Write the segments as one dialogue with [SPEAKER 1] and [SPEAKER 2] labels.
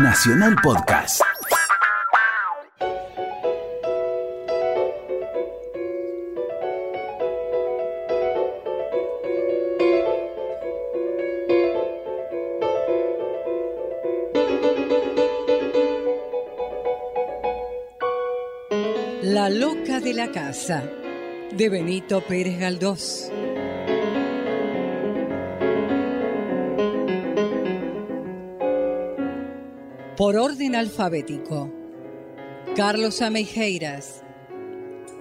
[SPEAKER 1] Nacional Podcast.
[SPEAKER 2] La loca de la casa de Benito Pérez Galdós. Por orden alfabético, Carlos Amejeiras,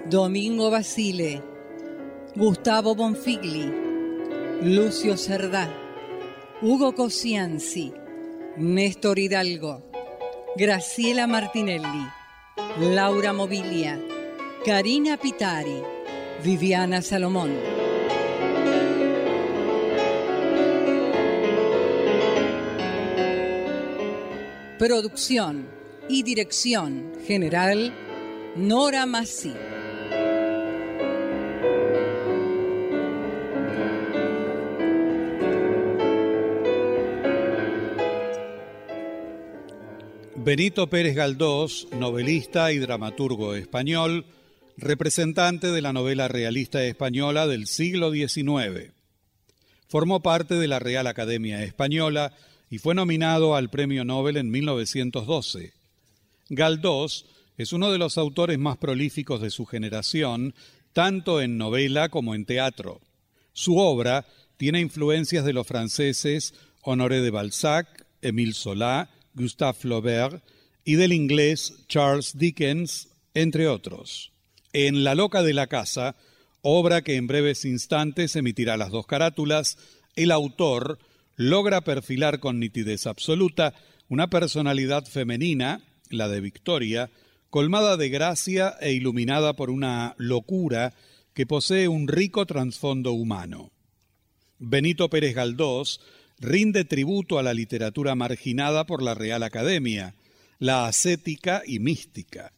[SPEAKER 2] Domingo Basile, Gustavo Bonfigli, Lucio Cerdá, Hugo Cosianzi, Néstor Hidalgo, Graciela Martinelli. Laura Mobilia, Karina Pitari, Viviana Salomón. Producción y dirección general, Nora Massi.
[SPEAKER 3] Benito Pérez Galdós, novelista y dramaturgo español, representante de la novela realista española del siglo XIX. Formó parte de la Real Academia Española y fue nominado al Premio Nobel en 1912. Galdós es uno de los autores más prolíficos de su generación, tanto en novela como en teatro. Su obra tiene influencias de los franceses Honoré de Balzac, Émile Zola, Gustave Flaubert y del inglés Charles Dickens, entre otros. En La loca de la casa, obra que en breves instantes emitirá las dos carátulas, el autor logra perfilar con nitidez absoluta una personalidad femenina, la de Victoria, colmada de gracia e iluminada por una locura que posee un rico trasfondo humano. Benito Pérez Galdós rinde tributo a la literatura marginada por la Real Academia, la ascética y mística.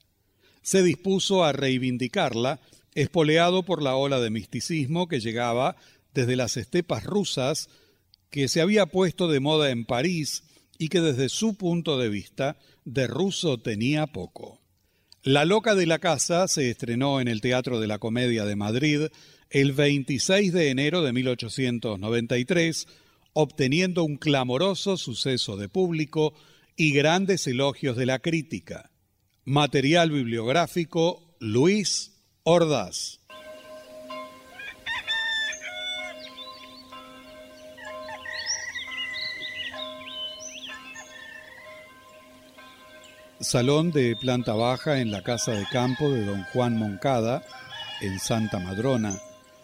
[SPEAKER 3] Se dispuso a reivindicarla, espoleado por la ola de misticismo que llegaba desde las estepas rusas, que se había puesto de moda en París y que desde su punto de vista de ruso tenía poco. La Loca de la Casa se estrenó en el Teatro de la Comedia de Madrid el 26 de enero de 1893, obteniendo un clamoroso suceso de público y grandes elogios de la crítica. Material bibliográfico Luis Ordaz. Salón de planta baja en la casa de campo de don Juan Moncada, en Santa Madrona,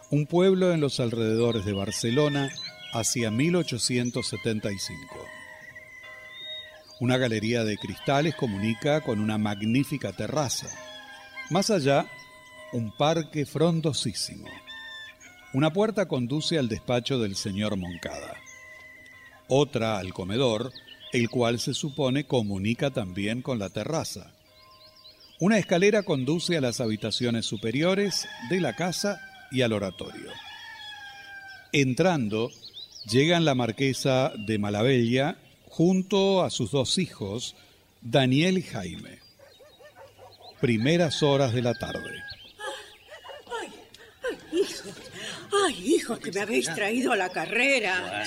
[SPEAKER 3] un pueblo en los alrededores de Barcelona, hacia 1875. Una galería de cristales comunica con una magnífica terraza. Más allá, un parque frondosísimo. Una puerta conduce al despacho del señor Moncada. Otra al comedor, el cual se supone comunica también con la terraza. Una escalera conduce a las habitaciones superiores de la casa y al oratorio. Entrando, llegan la marquesa de Malabella junto a sus dos hijos, Daniel y Jaime. Primeras horas de la tarde.
[SPEAKER 4] Ay, ay, hijos, ay, hijos, que me habéis traído a la carrera.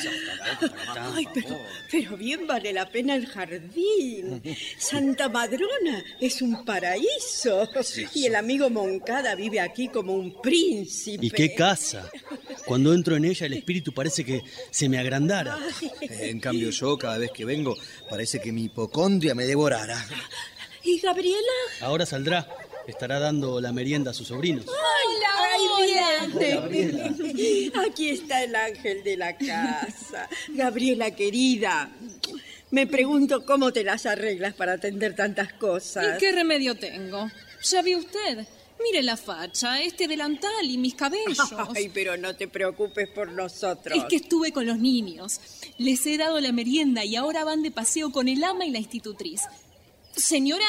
[SPEAKER 4] Ay, pero, pero bien vale la pena el jardín. Santa Madrona es un paraíso. Y el amigo Moncada vive aquí como un príncipe.
[SPEAKER 5] ¿Y qué casa? Cuando entro en ella el espíritu parece que se me agrandara.
[SPEAKER 6] En cambio yo cada vez que vengo parece que mi hipocondria me devorara.
[SPEAKER 4] ¿Y Gabriela?
[SPEAKER 5] Ahora saldrá. Estará dando la merienda a sus sobrinos.
[SPEAKER 4] Hola, Gabriela. Aquí está el ángel de la casa. Gabriela querida. Me pregunto cómo te las arreglas para atender tantas cosas.
[SPEAKER 7] ¿Y qué remedio tengo? Ya vi usted. Mire la facha, este delantal y mis cabellos.
[SPEAKER 4] Ay, pero no te preocupes por nosotros.
[SPEAKER 7] Es que estuve con los niños. Les he dado la merienda y ahora van de paseo con el ama y la institutriz. Señora,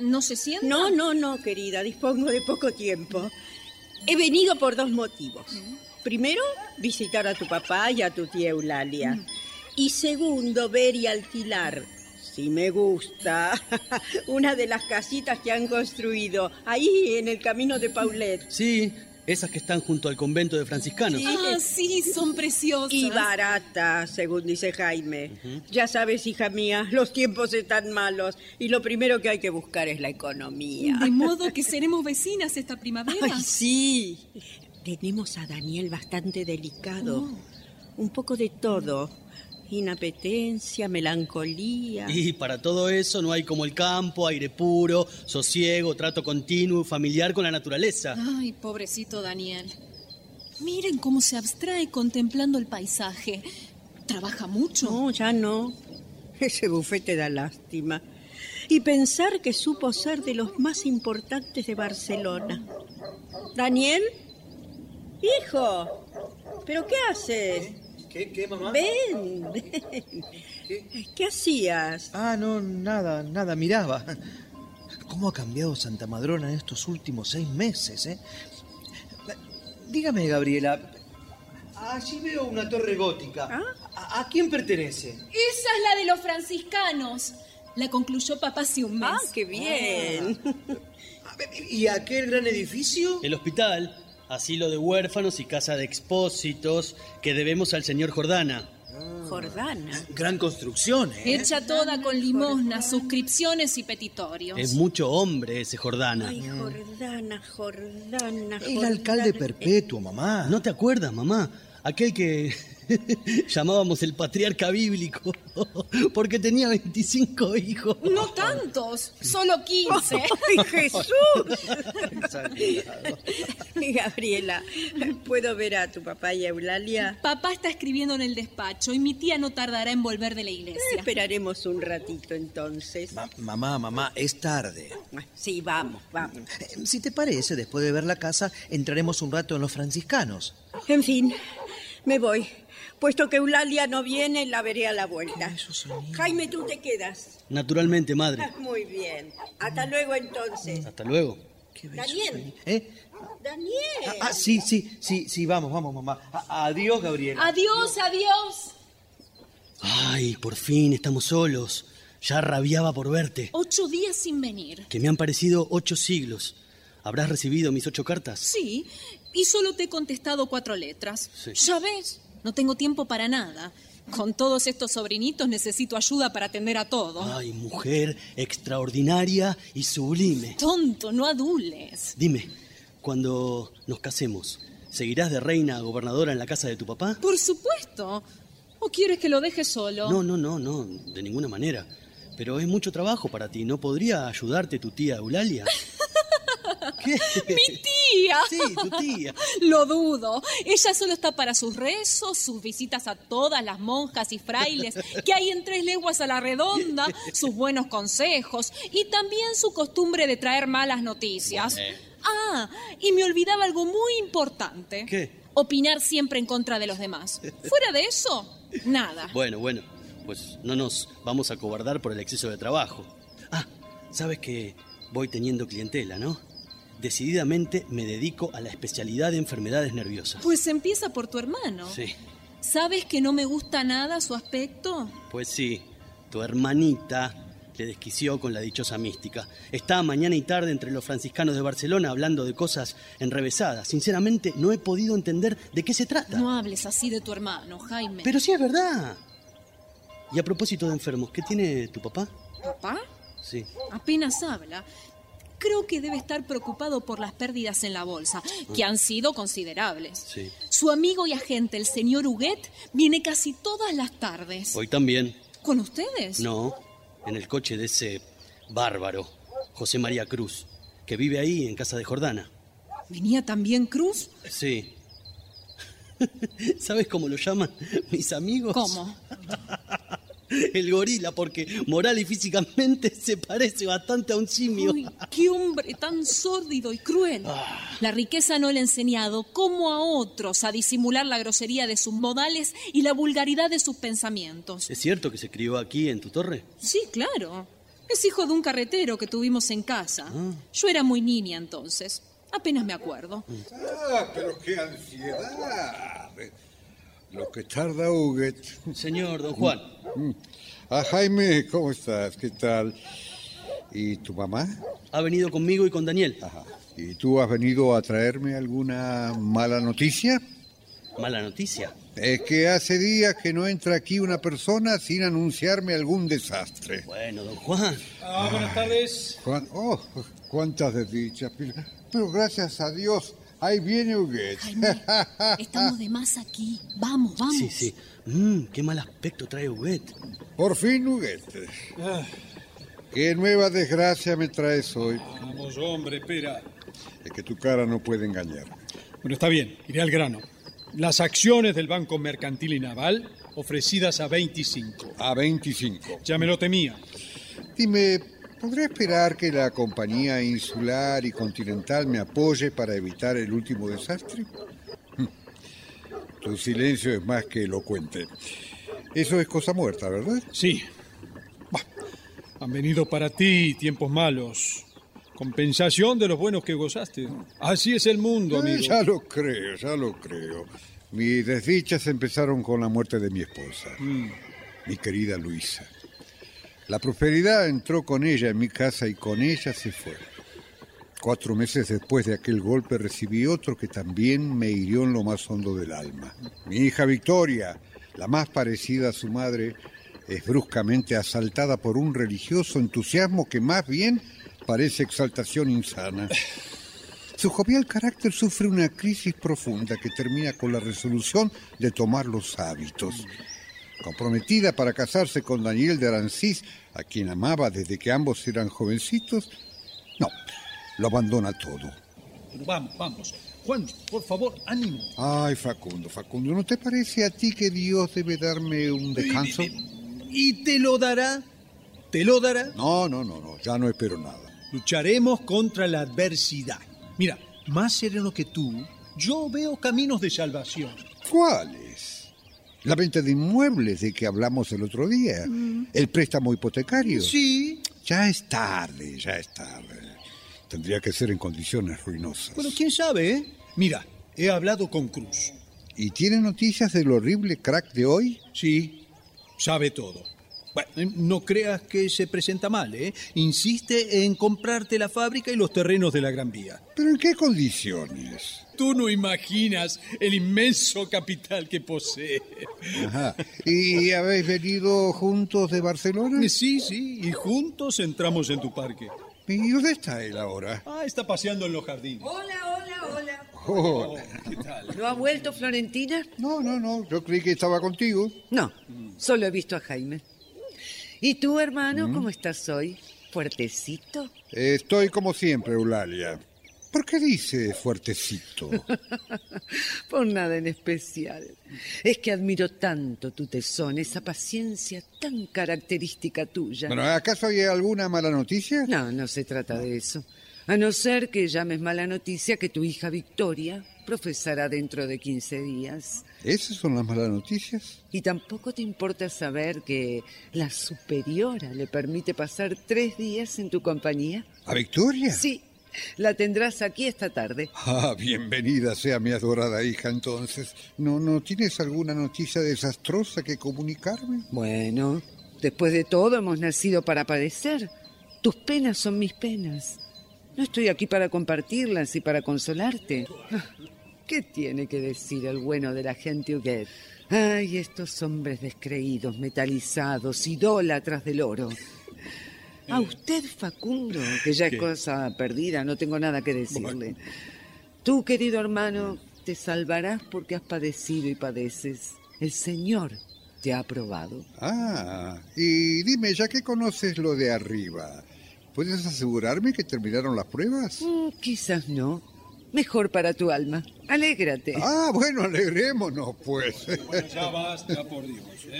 [SPEAKER 7] ¿no se sienta?
[SPEAKER 4] No, no, no, querida, dispongo de poco tiempo. He venido por dos motivos.
[SPEAKER 7] Mm.
[SPEAKER 4] Primero,
[SPEAKER 7] Mm.
[SPEAKER 4] visitar a tu papá y a tu tía Eulalia. Y segundo, ver y alquilar Así me gusta. Una de las casitas que han construido, ahí en el camino de Paulet.
[SPEAKER 5] Sí, esas que están junto al convento de franciscanos.
[SPEAKER 7] Ah, sí, son preciosas.
[SPEAKER 4] Y barata, según dice Jaime. Ya sabes, hija mía, los tiempos están malos y lo primero que hay que buscar es la economía.
[SPEAKER 7] De modo que seremos vecinas esta primavera.
[SPEAKER 4] Ay, sí. Tenemos a Daniel bastante delicado. Un poco de todo. Inapetencia, melancolía.
[SPEAKER 5] Y para todo eso no hay como el campo, aire puro, sosiego, trato continuo, familiar con la naturaleza.
[SPEAKER 7] Ay, pobrecito Daniel. Miren cómo se abstrae contemplando el paisaje. Trabaja mucho.
[SPEAKER 4] No, ya no. Ese bufete da lástima. Y pensar que supo ser de los más importantes de Barcelona. Daniel, hijo, ¿pero qué haces?
[SPEAKER 6] ¿Qué, mamá?
[SPEAKER 4] Ven, ven. ¿Qué hacías?
[SPEAKER 6] Ah, no, nada, nada, miraba. ¿Cómo ha cambiado Santa Madrona en estos últimos seis meses, eh? Dígame, Gabriela. Allí veo una torre gótica.
[SPEAKER 2] ¿Ah?
[SPEAKER 6] ¿A, a quién pertenece?
[SPEAKER 7] Esa es la de los franciscanos. La concluyó papá hace un mes.
[SPEAKER 4] Ah, qué bien.
[SPEAKER 6] ¿Y aquel gran edificio?
[SPEAKER 5] El hospital, asilo de huérfanos y casa de expósitos que debemos al señor Jordana.
[SPEAKER 4] Jordana.
[SPEAKER 6] Gran construcción, ¿eh?
[SPEAKER 7] Hecha toda con limosnas, suscripciones y petitorios.
[SPEAKER 5] Es mucho hombre ese Jordana.
[SPEAKER 4] Ay, Jordana, Jordana, Jordana.
[SPEAKER 6] El alcalde perpetuo, mamá.
[SPEAKER 5] ¿No te acuerdas, mamá? Aquel que llamábamos el patriarca bíblico porque tenía 25 hijos.
[SPEAKER 7] No tantos, solo 15.
[SPEAKER 4] ¡Ay, Jesús! Gabriela, ¿puedo ver a tu papá y a Eulalia?
[SPEAKER 7] Papá está escribiendo en el despacho y mi tía no tardará en volver de la iglesia.
[SPEAKER 4] Esperaremos un ratito entonces.
[SPEAKER 6] Ma- mamá, mamá, es tarde.
[SPEAKER 4] Sí, vamos, vamos.
[SPEAKER 6] Eh, Si te parece, después de ver la casa, entraremos un rato en los franciscanos.
[SPEAKER 4] En fin, me voy. Puesto que Eulalia no viene, la veré a la vuelta. Jaime, tú te quedas.
[SPEAKER 5] Naturalmente, madre.
[SPEAKER 4] Muy bien. Hasta luego entonces.
[SPEAKER 5] Hasta luego.
[SPEAKER 4] Daniel,
[SPEAKER 6] ¿Eh?
[SPEAKER 4] Daniel.
[SPEAKER 6] Ah, sí, sí, sí, sí, vamos, vamos, mamá. A- adiós, Gabriela.
[SPEAKER 7] Adiós, adiós.
[SPEAKER 5] Ay, por fin estamos solos. Ya rabiaba por verte.
[SPEAKER 7] Ocho días sin venir.
[SPEAKER 5] Que me han parecido ocho siglos. ¿Habrás recibido mis ocho cartas?
[SPEAKER 7] Sí, y solo te he contestado cuatro letras.
[SPEAKER 5] Sí.
[SPEAKER 7] Ya ves, no tengo tiempo para nada. Con todos estos sobrinitos necesito ayuda para atender a todo.
[SPEAKER 5] Ay, mujer extraordinaria y sublime.
[SPEAKER 7] Tonto, no adules.
[SPEAKER 5] Dime, cuando nos casemos, ¿seguirás de reina a gobernadora en la casa de tu papá?
[SPEAKER 7] Por supuesto. ¿O quieres que lo deje solo?
[SPEAKER 5] No, no, no, no, de ninguna manera. Pero es mucho trabajo para ti. ¿No podría ayudarte tu tía Eulalia? ¿Qué?
[SPEAKER 7] ¡Mi tía!
[SPEAKER 5] Sí, tu tía.
[SPEAKER 7] Lo dudo. Ella solo está para sus rezos, sus visitas a todas las monjas y frailes que hay en tres leguas a la redonda, sus buenos consejos y también su costumbre de traer malas noticias.
[SPEAKER 5] Eh.
[SPEAKER 7] Ah, y me olvidaba algo muy importante.
[SPEAKER 5] ¿Qué?
[SPEAKER 7] Opinar siempre en contra de los demás. Fuera de eso, nada.
[SPEAKER 5] Bueno, bueno, pues no nos vamos a cobardar por el exceso de trabajo. Ah, sabes que voy teniendo clientela, ¿no? Decididamente me dedico a la especialidad de enfermedades nerviosas.
[SPEAKER 7] Pues empieza por tu hermano.
[SPEAKER 5] Sí,
[SPEAKER 7] ¿Sabes que no me gusta nada su aspecto?
[SPEAKER 5] pues sí, tu hermanita le desquició con la dichosa mística. Está mañana y tarde entre los franciscanos de Barcelona hablando de cosas enrevesadas. Sinceramente, no he podido entender de qué se trata.
[SPEAKER 7] No hables así de tu hermano, Jaime.
[SPEAKER 5] Pero sí es verdad. Y a propósito de enfermos, ¿qué tiene tu papá?
[SPEAKER 7] ¿Papá?
[SPEAKER 5] Sí.
[SPEAKER 7] Apenas habla. Creo que debe estar preocupado por las pérdidas en la bolsa, que han sido considerables.
[SPEAKER 5] Sí.
[SPEAKER 7] Su amigo y agente, el señor Huguet, viene casi todas las tardes.
[SPEAKER 5] Hoy también.
[SPEAKER 7] ¿Con ustedes?
[SPEAKER 5] No, en el coche de ese bárbaro, José María Cruz, que vive ahí en casa de Jordana.
[SPEAKER 7] ¿Venía también Cruz?
[SPEAKER 5] Sí. ¿Sabes cómo lo llaman mis amigos?
[SPEAKER 7] ¿Cómo?
[SPEAKER 5] El gorila, porque moral y físicamente se parece bastante a un simio. Ah,
[SPEAKER 7] Uy, qué hombre tan sórdido y cruel. La riqueza no le ha enseñado, como a otros, a disimular la grosería de sus modales y la vulgaridad de sus pensamientos.
[SPEAKER 5] ¿Es cierto que se crió aquí en tu torre?
[SPEAKER 7] Sí, claro. Es hijo de un carretero que tuvimos en casa. Yo era muy niña entonces. Apenas me acuerdo.
[SPEAKER 1] Ah, pero qué ansiedad. Lo que tarda Huguet.
[SPEAKER 5] Señor Don Juan,
[SPEAKER 1] Ah, Jaime, ¿cómo estás? ¿Qué tal? ¿Y tu mamá?
[SPEAKER 5] Ha venido conmigo y con Daniel.
[SPEAKER 1] Ajá. ¿Y tú has venido a traerme alguna mala noticia?
[SPEAKER 5] Mala noticia.
[SPEAKER 1] Es que hace días que no entra aquí una persona sin anunciarme algún desastre.
[SPEAKER 5] Bueno, don Juan.
[SPEAKER 8] Ah, buenas tardes.
[SPEAKER 1] Juan, oh, cuántas desdichas. Pero, pero gracias a Dios, ahí viene Huguet.
[SPEAKER 7] Jaime, estamos de más aquí. Vamos, vamos.
[SPEAKER 5] Sí, sí. Mm, qué mal aspecto trae Huguet.
[SPEAKER 1] Por fin, Huguet.
[SPEAKER 8] Ah,
[SPEAKER 1] ¿Qué nueva desgracia me traes hoy?
[SPEAKER 8] vamos, hombre, espera.
[SPEAKER 1] Es que tu cara no puede engañar.
[SPEAKER 8] Bueno, está bien, iré al grano. Las acciones del Banco Mercantil y Naval ofrecidas a 25.
[SPEAKER 1] A 25.
[SPEAKER 8] Ya me lo temía.
[SPEAKER 1] Dime, ¿podré esperar que la compañía insular y continental me apoye para evitar el último desastre? Hm. Tu silencio es más que elocuente. Eso es cosa muerta, ¿verdad?
[SPEAKER 8] Sí. Bah, han venido para ti tiempos malos. Compensación de los buenos que gozaste. Así es el mundo,
[SPEAKER 1] Eh,
[SPEAKER 8] amigo.
[SPEAKER 1] ya lo creo, ya lo creo. Mis desdichas empezaron con la muerte de mi esposa, mi querida Luisa. La prosperidad entró con ella en mi casa y con ella se fue. Cuatro meses después de aquel golpe recibí otro que también me hirió en lo más hondo del alma. Mi hija Victoria, la más parecida a su madre, es bruscamente asaltada por un religioso entusiasmo que más bien parece exaltación insana. Su jovial carácter sufre una crisis profunda que termina con la resolución de tomar los hábitos. Comprometida para casarse con Daniel de Arancís, a quien amaba desde que ambos eran jovencitos, no, lo abandona todo.
[SPEAKER 8] Pero Mm. vamos, vamos. Juan, por favor, ánimo.
[SPEAKER 1] Ay, Facundo, Facundo, ¿no te parece a ti que Dios debe darme un descanso?
[SPEAKER 8] Y te lo dará. Te lo dará.
[SPEAKER 1] No, no, no, no, ya no espero nada.
[SPEAKER 8] Lucharemos contra la adversidad. Mira, más sereno que tú, yo veo caminos de salvación.
[SPEAKER 1] ¿Cuáles? La venta de inmuebles de que hablamos el otro día, el préstamo hipotecario.
[SPEAKER 8] Sí.
[SPEAKER 1] Ya es tarde, ya es tarde. Tendría que ser en condiciones ruinosas.
[SPEAKER 8] Bueno, quién sabe, ¿eh? Mira, he hablado con Cruz.
[SPEAKER 1] ¿Y tiene noticias del horrible crack de hoy?
[SPEAKER 8] Sí, sabe todo. Bueno, eh, no creas que se presenta mal, ¿eh? Insiste en comprarte la fábrica y los terrenos de la Gran Vía.
[SPEAKER 1] ¿Pero en qué condiciones?
[SPEAKER 8] Tú no imaginas el inmenso capital que posee.
[SPEAKER 1] Ajá. ¿Y habéis venido juntos de Barcelona?
[SPEAKER 8] Eh, Sí, sí, y juntos entramos en tu parque.
[SPEAKER 1] ¿Y dónde está él ahora?
[SPEAKER 8] Ah, está paseando en los jardines.
[SPEAKER 4] Hola, hola, hola.
[SPEAKER 1] Oh,
[SPEAKER 2] ¿No ha vuelto Florentina?
[SPEAKER 1] no, no, no. Yo creí que estaba contigo.
[SPEAKER 2] No, solo he visto a Jaime. ¿Y tú, hermano,
[SPEAKER 1] Mm.
[SPEAKER 2] cómo estás hoy? ¿Fuertecito?
[SPEAKER 1] Estoy como siempre, Eulalia. ¿Por qué dice fuertecito?
[SPEAKER 2] Por nada en especial. Es que admiro tanto tu tesón, esa paciencia tan característica tuya.
[SPEAKER 1] Bueno, eh. ¿acaso hay alguna mala noticia?
[SPEAKER 2] No, no se trata de eso. A no ser que llames mala noticia que tu hija Victoria profesará dentro de 15 días.
[SPEAKER 1] ¿Esas son las malas noticias?
[SPEAKER 2] Y tampoco te importa saber que la superiora le permite pasar tres días en tu compañía.
[SPEAKER 1] ¿A Victoria?
[SPEAKER 2] Sí, la tendrás aquí esta tarde.
[SPEAKER 1] Ah, bienvenida sea mi adorada hija, entonces. ¿No, ¿No tienes alguna noticia desastrosa que comunicarme?
[SPEAKER 2] Bueno, después de todo hemos nacido para padecer. Tus penas son mis penas. No estoy aquí para compartirlas y para consolarte. Ah, ¿Qué tiene que decir el bueno de la gente Huguet? Ay, estos hombres descreídos, metalizados, idólatras del oro. A usted, Facundo, que ya es cosa perdida, no tengo nada que decirle. Tú, querido hermano, te salvarás porque has padecido y padeces. El Señor te ha aprobado.
[SPEAKER 1] Ah, y dime, ya que conoces lo de arriba, ¿puedes asegurarme que terminaron las pruebas?
[SPEAKER 2] Mm, quizás no. Mejor para tu alma. Alégrate.
[SPEAKER 1] Ah, bueno, alegrémonos, pues.
[SPEAKER 8] Ya basta, por Dios. ¿eh?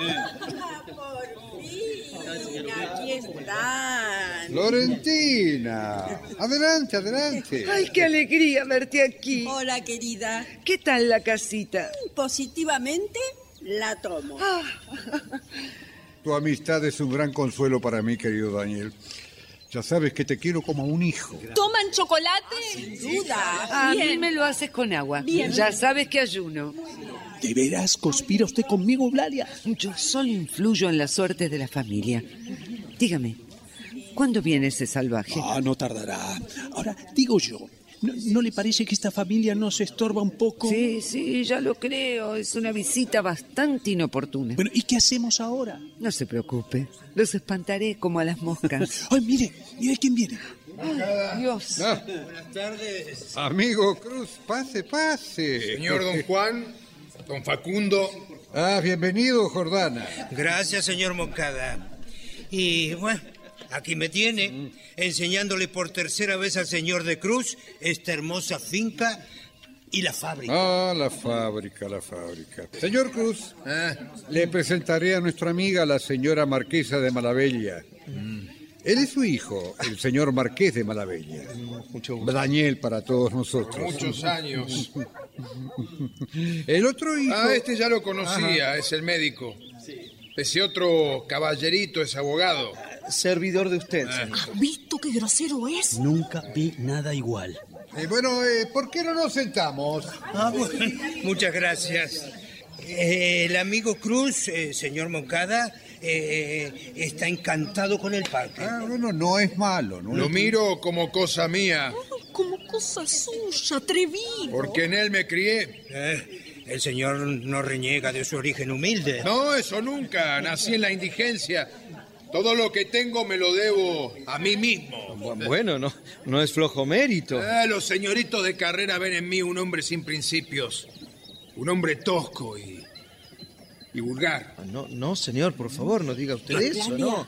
[SPEAKER 4] Ah, por fin, aquí están.
[SPEAKER 1] Florentina, adelante, adelante.
[SPEAKER 2] Ay, qué alegría verte aquí.
[SPEAKER 4] Hola, querida.
[SPEAKER 2] ¿Qué tal la casita? Ah,
[SPEAKER 4] Positivamente la tomo.
[SPEAKER 1] Tu amistad es un gran consuelo para mí, querido Daniel. Ya sabes que te quiero como a un hijo.
[SPEAKER 7] ¿Toman
[SPEAKER 2] Ah,
[SPEAKER 7] chocolate?
[SPEAKER 4] Duda.
[SPEAKER 2] A mí me lo haces con agua. Ya sabes que ayuno.
[SPEAKER 9] ¿De veras conspira usted conmigo, Blaria?
[SPEAKER 2] Yo solo influyo en la suerte de la familia. Dígame, ¿cuándo viene ese salvaje?
[SPEAKER 9] Ah, no tardará. Ahora, digo yo, ¿no, no le parece que esta familia nos estorba un poco?
[SPEAKER 2] Sí, sí, ya lo creo. Es una visita bastante inoportuna.
[SPEAKER 9] Bueno, ¿y qué hacemos ahora?
[SPEAKER 2] No se preocupe, los espantaré como a las moscas.
[SPEAKER 9] Ay, mire, mire quién viene.
[SPEAKER 2] Ay, Dios.
[SPEAKER 10] Buenas tardes.
[SPEAKER 1] Ah. Amigo Cruz, pase, pase.
[SPEAKER 10] Señor Don Juan, Don Facundo.
[SPEAKER 1] Ah, bienvenido, Jordana.
[SPEAKER 11] Gracias, señor Moscada. Y bueno, aquí me tiene, enseñándole por tercera vez al señor de Cruz esta hermosa finca y la fábrica.
[SPEAKER 6] Oh.
[SPEAKER 1] Ah, la fábrica, la fábrica. Señor Cruz,
[SPEAKER 10] Ah.
[SPEAKER 1] le presentaré a nuestra amiga, la señora Marquesa de Malabella. Él es su hijo, el señor Marqués de Malabella. Daniel para todos nosotros.
[SPEAKER 10] Muchos años.
[SPEAKER 1] El otro hijo...
[SPEAKER 10] Ah, este ya lo conocía, es el médico. Ese otro caballerito es abogado. Ah.
[SPEAKER 6] Servidor de usted. señor.
[SPEAKER 7] ¿Has visto qué grosero es?
[SPEAKER 5] Nunca vi nada igual.
[SPEAKER 1] Eh, bueno, eh, ¿por qué no nos sentamos?
[SPEAKER 11] Ah, bueno, muchas gracias. Eh, el amigo Cruz, eh, señor Moncada, eh, está encantado con el parque.
[SPEAKER 1] Ah, bueno, no es malo, ¿no?
[SPEAKER 10] Lo miro como cosa mía,
[SPEAKER 7] Ay, Como cosa suya, atrevido.
[SPEAKER 10] porque en él me crié.
[SPEAKER 11] Eh, el señor no reniega de su origen humilde.
[SPEAKER 10] No, eso nunca. Nací en la indigencia. Todo lo que tengo me lo debo a mí mismo.
[SPEAKER 12] Bueno, no, no es flojo mérito.
[SPEAKER 10] Ah, los señoritos de carrera ven en mí un hombre sin principios. Un hombre tosco y. y vulgar.
[SPEAKER 6] Ah, No, no, señor, por favor, no diga usted eso, ¿no?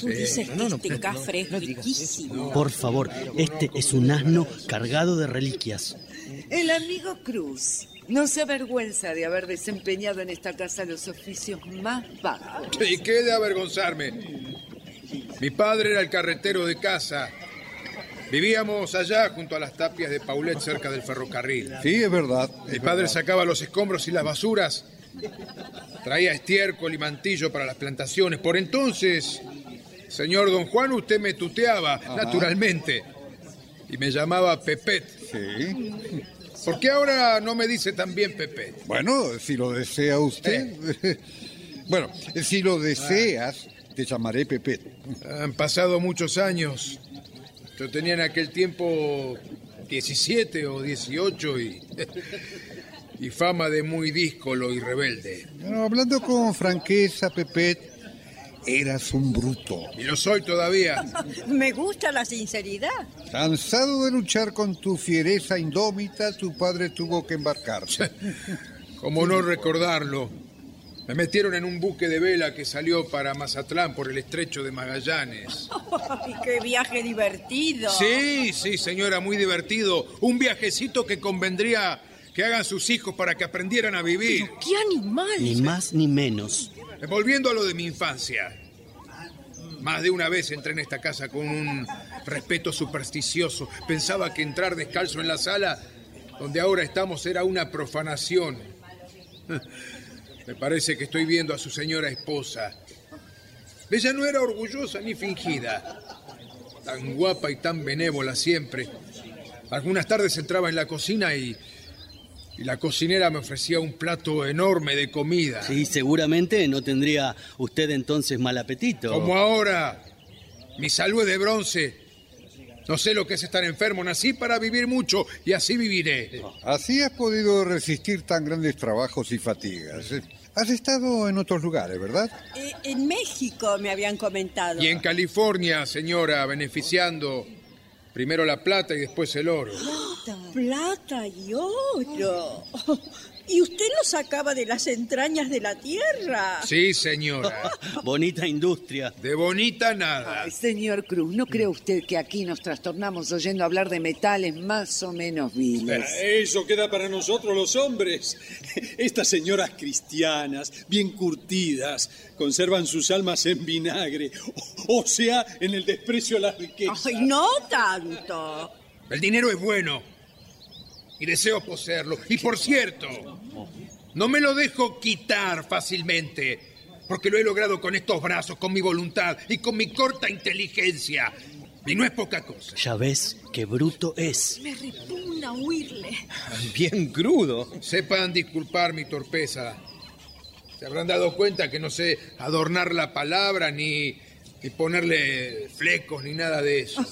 [SPEAKER 7] Tú dices que este cafre es riquísimo.
[SPEAKER 5] Por favor, este es un asno cargado de reliquias.
[SPEAKER 2] El amigo Cruz no se avergüenza de haber desempeñado en esta casa los oficios más bajos.
[SPEAKER 10] ¿Y qué de avergonzarme? Mi padre era el carretero de casa. Vivíamos allá junto a las tapias de Paulet cerca del ferrocarril.
[SPEAKER 1] Sí, es verdad.
[SPEAKER 10] Mi padre sacaba los escombros y las basuras. Traía estiércol y mantillo para las plantaciones. Por entonces, señor don Juan, usted me tuteaba, naturalmente. Y me llamaba Pepet.
[SPEAKER 1] Sí.
[SPEAKER 10] ¿Por qué ahora no me dice también Pepet?
[SPEAKER 1] Bueno, si lo desea usted.
[SPEAKER 10] Eh.
[SPEAKER 1] bueno, si lo deseas, te llamaré Pepe.
[SPEAKER 10] Han pasado muchos años. Yo tenía en aquel tiempo 17 o 18 y, y fama de muy díscolo y rebelde.
[SPEAKER 1] Bueno, hablando con franqueza, Pepe, eras un bruto.
[SPEAKER 10] Y lo soy todavía.
[SPEAKER 4] Me gusta la sinceridad.
[SPEAKER 1] Cansado de luchar con tu fiereza indómita, tu padre tuvo que embarcarse.
[SPEAKER 10] Como no recordarlo. Me metieron en un buque de vela que salió para Mazatlán por el estrecho de Magallanes.
[SPEAKER 4] Ay, ¡Qué viaje divertido!
[SPEAKER 10] Sí, sí, señora, muy divertido. Un viajecito que convendría que hagan sus hijos para que aprendieran a vivir.
[SPEAKER 7] ¡Qué animal!
[SPEAKER 5] Ni más ni menos.
[SPEAKER 10] Eh, Volviendo a lo de mi infancia. Más de una vez entré en esta casa con un respeto supersticioso. Pensaba que entrar descalzo en la sala donde ahora estamos era una profanación. Me parece que estoy viendo a su señora esposa. Ella no era orgullosa ni fingida. Tan guapa y tan benévola siempre. Algunas tardes entraba en la cocina y, y la cocinera me ofrecía un plato enorme de comida.
[SPEAKER 5] Sí, seguramente no tendría usted entonces mal apetito.
[SPEAKER 10] Como ahora. Mi salud es de bronce. No sé lo que es estar enfermo. Nací para vivir mucho y así viviré.
[SPEAKER 1] Así has podido resistir tan grandes trabajos y fatigas. Has estado en otros lugares, ¿verdad?
[SPEAKER 4] Eh, en México me habían comentado.
[SPEAKER 10] Y en California, señora, beneficiando primero la plata y después el oro.
[SPEAKER 4] Plata y oro. Y usted lo sacaba de las entrañas de la tierra.
[SPEAKER 10] Sí, señora.
[SPEAKER 5] Bonita industria.
[SPEAKER 10] De bonita nada.
[SPEAKER 2] Ay, señor Cruz, ¿no cree usted que aquí nos trastornamos oyendo hablar de metales más o menos
[SPEAKER 9] Pero
[SPEAKER 8] eh.
[SPEAKER 2] viles?
[SPEAKER 9] Eso queda para nosotros los hombres. Estas señoras cristianas, bien curtidas, conservan sus almas en vinagre, o, o sea, en el desprecio a las riquezas.
[SPEAKER 4] Ay, no tanto.
[SPEAKER 10] El dinero es bueno. Y deseo poseerlo. Y por cierto, no me lo dejo quitar fácilmente. Porque lo he logrado con estos brazos, con mi voluntad y con mi corta inteligencia. Y no es poca cosa.
[SPEAKER 5] Ya ves qué bruto es.
[SPEAKER 7] Me repunta. a huirle.
[SPEAKER 10] Bien crudo. Sepan disculpar mi torpeza. Se habrán dado cuenta que no sé adornar la palabra ni, ni ponerle flecos ni nada de eso.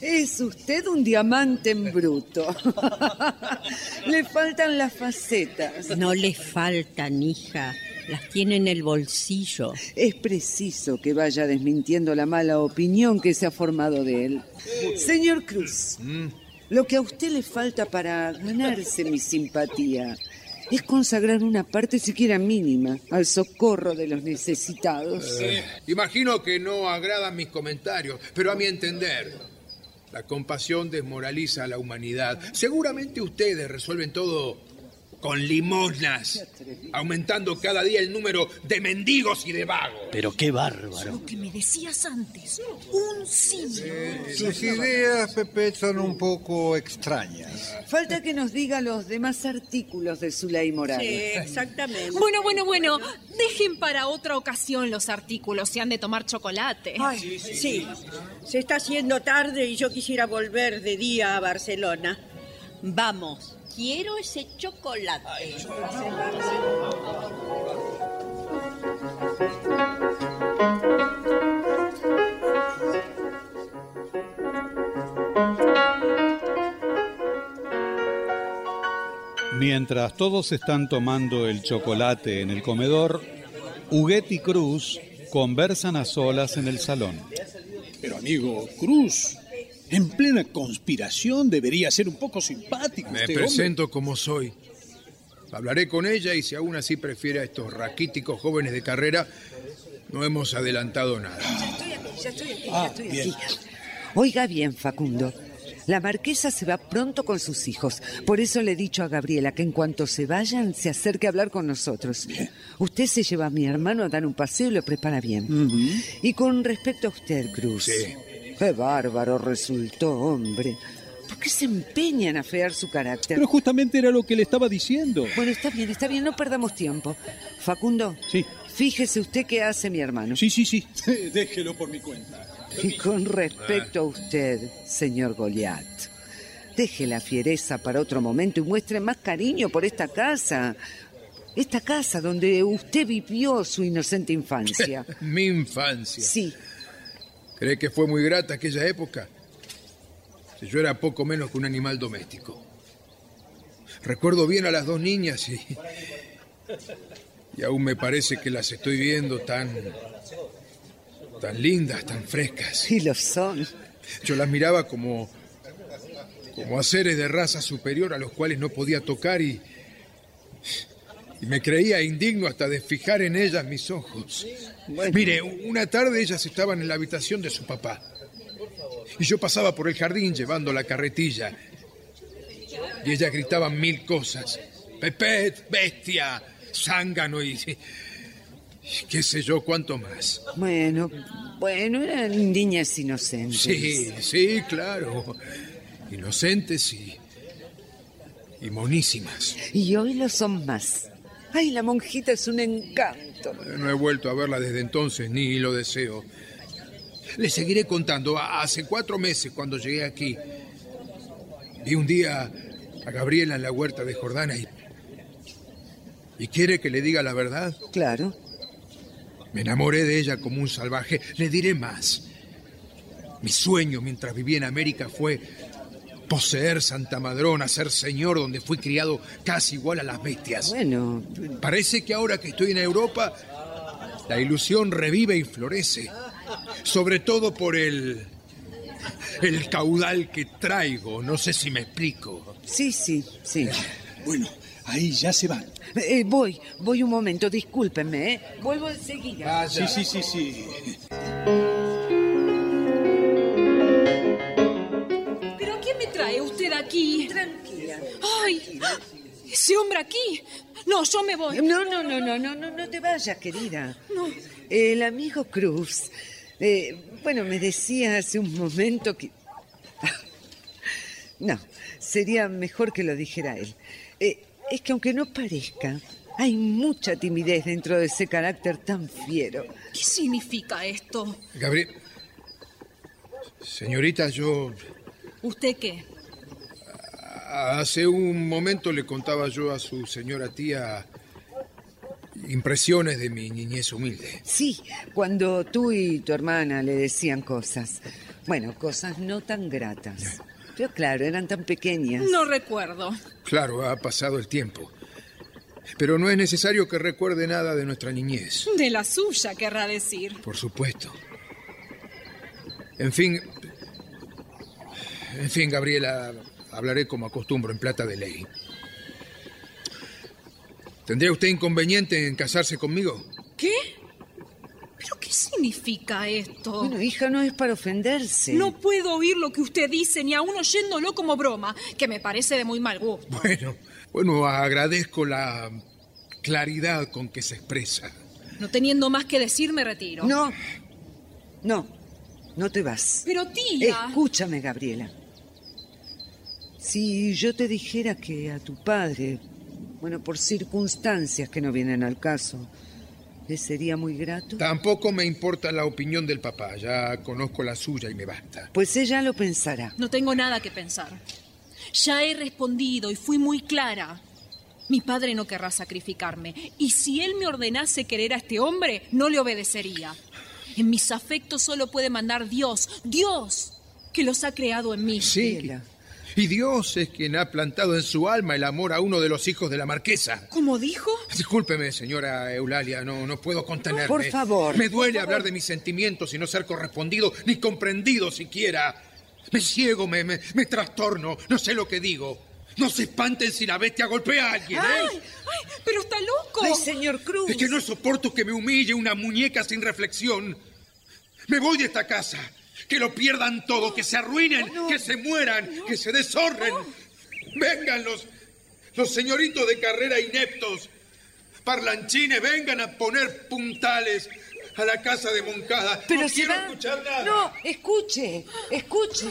[SPEAKER 2] Es usted un diamante en bruto. Le faltan las facetas.
[SPEAKER 13] No le faltan, hija. Las tiene en el bolsillo.
[SPEAKER 2] Es preciso que vaya desmintiendo la mala opinión que se ha formado de él. Señor Cruz,
[SPEAKER 9] Mm.
[SPEAKER 2] lo que a usted le falta para ganarse mi simpatía es consagrar una parte siquiera mínima al socorro de los necesitados.
[SPEAKER 10] Eh, imagino que no agradan mis comentarios, pero a mi entender, la compasión desmoraliza a la humanidad. Seguramente ustedes resuelven todo con limosnas, aumentando cada día el número de mendigos y de vagos.
[SPEAKER 5] Pero qué bárbaro.
[SPEAKER 7] Que me decías antes, un simio.
[SPEAKER 1] Sus ideas, Pepe, son un poco extrañas.
[SPEAKER 2] Falta que nos diga los demás artículos de su ley moral.
[SPEAKER 4] Sí, exactamente.
[SPEAKER 7] Bueno, bueno, bueno, dejen para otra ocasión los artículos, se han de tomar chocolate.
[SPEAKER 4] Ay, sí, Se está haciendo tarde y yo quisiera volver de día a Barcelona. Vamos.
[SPEAKER 13] Quiero ese chocolate.
[SPEAKER 3] Mientras todos están tomando el chocolate en el comedor, Huguet y Cruz conversan a solas en el salón.
[SPEAKER 9] Pero amigo Cruz, en plena conspiración debería ser un poco simpático.
[SPEAKER 10] Me
[SPEAKER 9] este
[SPEAKER 10] presento como soy. Hablaré con ella y si aún así prefiere a estos raquíticos jóvenes de carrera, no hemos adelantado nada.
[SPEAKER 4] Ya estoy aquí,
[SPEAKER 10] Ah, bien.
[SPEAKER 2] Oiga bien, Facundo. La marquesa se va pronto con sus hijos. Por eso le he dicho a Gabriela que en cuanto se vayan, se acerque a hablar con nosotros. Usted se lleva a mi hermano a dar un paseo y lo prepara bien. Y con respecto a usted, Cruz. Qué bárbaro resultó, hombre. ¿Por qué se empeña en afear su carácter?
[SPEAKER 8] Pero justamente era lo que le estaba diciendo.
[SPEAKER 2] Bueno, está bien, está bien, no perdamos tiempo. Facundo, fíjese usted qué hace mi hermano.
[SPEAKER 8] Sí, sí, sí.
[SPEAKER 9] hombre. Déjelo por mi cuenta.
[SPEAKER 2] Y con respecto a usted, señor Goliat, deje la fiereza para otro momento y muestre más cariño por esta casa. Esta casa donde usted vivió su inocente infancia.
[SPEAKER 10] Mi infancia.
[SPEAKER 2] Sí.
[SPEAKER 10] ¿Cree que fue muy grata aquella época? Si yo era poco menos que un animal doméstico. Recuerdo bien a las dos niñas y, y aún me parece que las estoy viendo tan, tan lindas, tan frescas.
[SPEAKER 2] Sí, lo son.
[SPEAKER 10] Yo las miraba como, como a seres de raza superior a los cuales no podía tocar y, y me creía indigno hasta de fijar en ellas mis ojos. Mire, u- una tarde ellas estaban en la habitación de su papá. Y yo pasaba por el jardín llevando la carretilla. Y ellas gritaban mil cosas. Pepet, bestia, zángano y... y qué sé yo cuánto más.
[SPEAKER 2] Bueno, bueno, eran niñas inocentes.
[SPEAKER 10] Sí, sí, claro. Inocentes y. y monísimas.
[SPEAKER 2] Y hoy lo son más. Ay, la monjita es un encanto.
[SPEAKER 10] No he vuelto a verla desde entonces, ni lo deseo. Le seguiré contando. A- Hace cuatro meses, cuando llegué aquí, vi un día a Gabriela en la huerta de Jordana y. ¿Y quiere que le diga la verdad?
[SPEAKER 2] Claro.
[SPEAKER 10] Me enamoré de ella como un salvaje. Le diré más. Mi sueño mientras viví en América fue poseer Santa Madrona, ser señor donde fui criado casi igual a las bestias.
[SPEAKER 2] Bueno,
[SPEAKER 10] Parece que ahora que estoy en Europa, la ilusión revive y florece. Sobre todo por el. el caudal que traigo. No sé si me explico.
[SPEAKER 2] Sí, sí, sí.
[SPEAKER 10] Bueno, ahí ya se van.
[SPEAKER 2] Eh, voy, voy un momento, discúlpenme, ¿eh? Vuelvo enseguida.
[SPEAKER 9] Sí, Ah, sí, sí, sí.
[SPEAKER 7] ¿Pero a quién me trae usted aquí? Tranquila. ¡Ay! ¡Ah! Ese hombre aquí. No, yo me voy.
[SPEAKER 2] No, no, no, no, no, no, no te vayas, querida. El amigo Cruz, eh, bueno, me decía hace un momento que... No, sería mejor que lo dijera él. Eh, es que aunque no parezca, hay mucha timidez dentro de ese carácter tan fiero.
[SPEAKER 7] ¿Qué significa esto?
[SPEAKER 10] Gabriel. Señorita, yo.
[SPEAKER 7] ¿Usted qué?
[SPEAKER 10] Hace un momento le contaba yo a su señora tía impresiones de mi niñez humilde.
[SPEAKER 2] Sí, cuando tú y tu hermana le decían cosas. Bueno, cosas no tan gratas. Pero claro, eran tan pequeñas.
[SPEAKER 7] No recuerdo.
[SPEAKER 10] Claro, ha pasado el tiempo. Pero no es necesario que recuerde nada de nuestra niñez.
[SPEAKER 7] De la suya, querrá decir.
[SPEAKER 10] Por supuesto. En fin. En fin, Gabriela, hablaré como acostumbro, en plata de ley. ¿Tendría usted inconveniente en casarse conmigo?
[SPEAKER 7] ¿Qué? ¿Pero qué significa esto?
[SPEAKER 2] Bueno, hija, no es para ofenderse.
[SPEAKER 7] No puedo oír lo que usted dice, ni aún oyéndolo como broma, que me parece de muy mal gusto.
[SPEAKER 10] Bueno, bueno, agradezco la claridad con que se expresa.
[SPEAKER 7] No teniendo más que decir, me retiro.
[SPEAKER 2] No. No, no te vas.
[SPEAKER 7] Pero tía...
[SPEAKER 2] Escúchame, Gabriela. Si yo te dijera que a tu padre, bueno, por circunstancias que no vienen al caso, le sería muy grato.
[SPEAKER 10] Tampoco me importa la opinión del papá, ya conozco la suya y me basta.
[SPEAKER 2] Pues ella lo pensará.
[SPEAKER 7] No tengo nada que pensar. Ya he respondido y fui muy clara. Mi padre no querrá sacrificarme, y si él me ordenase querer a este hombre, no le obedecería. En mis afectos solo puede mandar Dios, Dios, que los ha creado en mí.
[SPEAKER 10] Sí. Y Dios es quien ha plantado en su alma el amor a uno de los hijos de la marquesa.
[SPEAKER 7] ¿Cómo dijo?
[SPEAKER 10] Discúlpeme, señora Eulalia, no, no puedo contenerme.
[SPEAKER 2] Por favor.
[SPEAKER 10] Me duele
[SPEAKER 2] por
[SPEAKER 10] hablar de mis sentimientos y no ser correspondido ni comprendido siquiera. Me ciego, me, me, me trastorno, no sé lo que digo. No se espanten si la bestia golpea a alguien, ¿eh?
[SPEAKER 7] ¡Ay! ¡Ay! ¡Pero está loco!
[SPEAKER 2] ¡Ay, señor Cruz!
[SPEAKER 10] Es que no soporto que me humille una muñeca sin reflexión. Me voy de esta casa. Que lo pierdan todo, que se arruinen, que se mueran, que se deshonren. Vengan los, los señoritos de carrera ineptos. Parlanchines, vengan a poner puntales a la casa de Moncada.
[SPEAKER 2] Pero
[SPEAKER 10] no
[SPEAKER 2] se
[SPEAKER 10] quiero
[SPEAKER 2] va.
[SPEAKER 10] escuchar nada.
[SPEAKER 2] No, escuche, escuche.